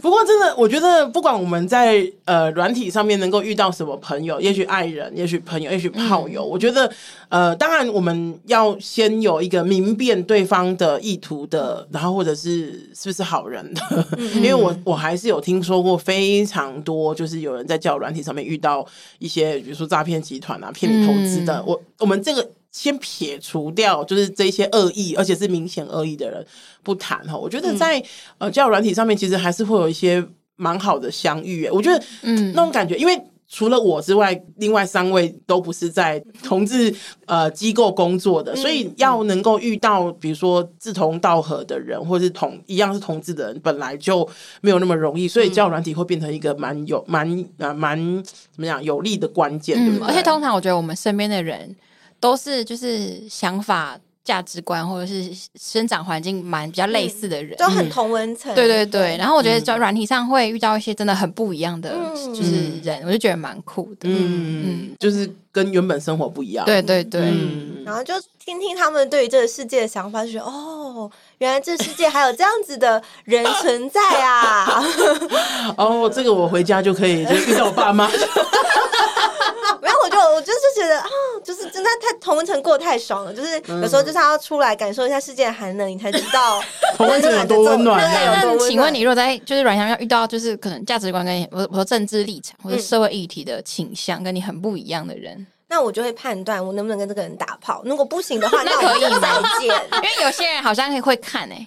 Speaker 1: 不过真的，我觉得不管我们在呃软体上面能够遇到什么朋友，也许爱人，也许朋友，也许炮友，我觉得呃，当然我们要先有一个明辨对方的意图的，然后或者是是不是好人的，因为我我还是有听说过非常多，就是有人在交友软体上面遇到一些，比如说诈骗集团啊，骗你投资
Speaker 2: 嗯
Speaker 1: 的，我我们这个。先撇除掉，就是这些恶意，而且是明显恶意的人不谈哈。我觉
Speaker 2: 嗯
Speaker 1: 得在、呃交友软体上面，其实还是会有一些蛮好的相遇耶。我觉得
Speaker 2: 嗯
Speaker 1: 那种感觉，因为除了我之外，另外三位都不是在同志呃机构工作
Speaker 2: 嗯
Speaker 1: 的，所以要能够遇到比如说志同道合的人，或是同一样是同志的人，本来就没有那么容易，所以
Speaker 2: 嗯
Speaker 1: 交友软体会变成一个蛮有蛮啊蛮怎么讲有利的关键，对不对？
Speaker 2: 嗯，而且通常我觉得我们身边的人都是就是想法、价值观或者是生长环境蛮比较类似的人，
Speaker 4: 就嗯很同文层。
Speaker 2: 对对对，然后我觉得在软体上会遇到一些真的很不一样的，
Speaker 4: 嗯
Speaker 2: 就是人，我就觉得蛮酷的。
Speaker 1: 嗯，就是跟原本生活不一样，
Speaker 2: 对对对，
Speaker 1: 嗯，
Speaker 4: 然后就听听他们对于这个世界的想法，就觉得哦，原来这世界还有这样子的人存在啊！
Speaker 1: 哦，这个我回家就可以就遇到我爸妈。
Speaker 4: 没有，我就我就是觉得啊、就是真的太同文层过得太爽了，就是
Speaker 1: 嗯
Speaker 4: 有时候就是要出来感受一下世界的寒冷，你才知道
Speaker 1: (laughs) 同温层有多温暖啊
Speaker 4: 对有
Speaker 2: 那
Speaker 4: 多温暖。
Speaker 2: 请问你，如果在就是软体上遇到就是可能价值观跟你我我说政治立场或者社会议题的倾向跟你很不一样的人，
Speaker 4: 那我就会判断我能不能跟这个人打炮，如果不行的话，那
Speaker 2: 那可以
Speaker 4: 我们就再见。
Speaker 2: 因为有些人好像会看诶、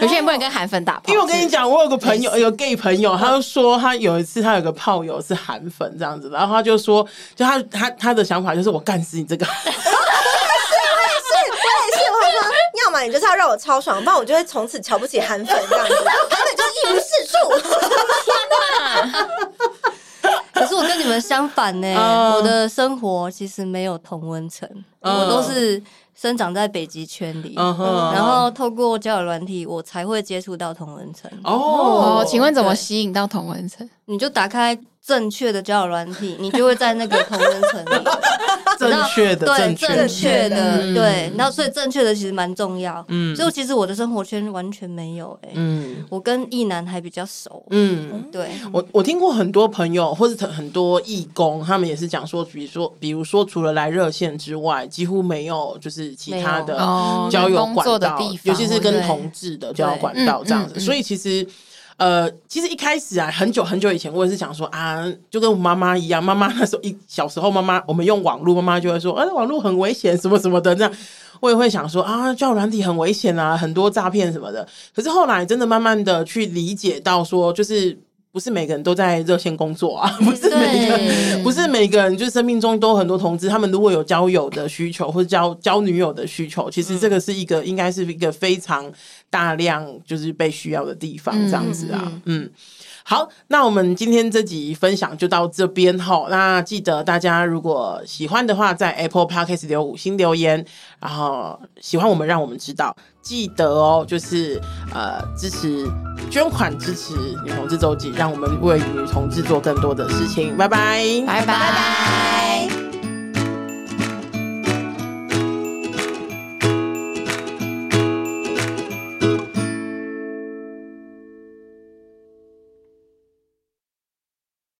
Speaker 2: 有些人不能跟韩粉打炮，
Speaker 1: 因为我跟你讲，我有个朋友，
Speaker 2: 类似
Speaker 1: 有 gay 朋友，他就说他有一次他有个炮友是韩粉这样子，然后他就说，就他他他的想法就是我干死你这个，
Speaker 4: 是，我也是，我还说，要么你就是要让我超爽，不然我就会从此瞧不起韩粉这样子，韩粉就一无是处。
Speaker 3: 可是我跟你们相反呢、
Speaker 1: 嗯
Speaker 3: 我的生活其实没有同温层，
Speaker 1: 嗯
Speaker 3: 我都是生长在北极圈里，
Speaker 1: 嗯哼
Speaker 3: 然后透过交友软体，我才会接触到同温层。
Speaker 1: 哦
Speaker 2: 哦，请问怎么吸引到同文层？
Speaker 3: 你就打开正确的交友软体，你就会在那个同温层 (laughs) 里。
Speaker 1: 哦正确的
Speaker 3: 对，
Speaker 1: 确
Speaker 3: 正
Speaker 1: 的，
Speaker 3: 确
Speaker 1: 嗯
Speaker 3: 的，对，然后所以正确的其实蛮重要，
Speaker 1: 嗯
Speaker 3: 嗯，所以其实我的生活圈完全没有，哎，
Speaker 1: 嗯
Speaker 3: 我跟异男还比较熟，
Speaker 1: 嗯。
Speaker 3: 对，
Speaker 1: 我我听过很多朋友或者很多义工，他们也是讲说，比如说，比如说，除了来热线之外，几乎没有就是其他的
Speaker 3: 没
Speaker 2: 有哦
Speaker 1: 交友管道，
Speaker 2: 工作的地方
Speaker 1: 尤其是跟
Speaker 3: 对
Speaker 1: 同志的交友
Speaker 3: 对
Speaker 1: 管道
Speaker 2: 嗯
Speaker 1: 这样子。
Speaker 2: 嗯嗯
Speaker 1: 所以其实，呃，其实一开始啊，很久很久以前，我也是想说啊，就跟我妈妈一样，妈妈那时候一小时候，妈妈我们用网络，妈妈就会说，哎、网络很危险，什么什么的这样。我也会想说啊，交友软体很危险啊，很多诈骗什么的。可是后来真的慢慢的去理解到说，就是不是每个人都在热线工作啊，不是每个
Speaker 3: 对
Speaker 1: 不是每个人就是生命中都有很多同志，他们如果有交友的需求或者交交女友的需求，其实这个是一个应该是一个非常大量就是被需要的地方，这样子啊，嗯。好，那我们今天这集分享就到这边哈。那记得大家如果喜欢的话，在 Apple Podcast 留五星留言，然后喜欢我们，让我们知道。记得哦，就是呃支持捐款支持女同志周记，让我们为女同志做更多的事情。拜拜，
Speaker 2: 拜拜。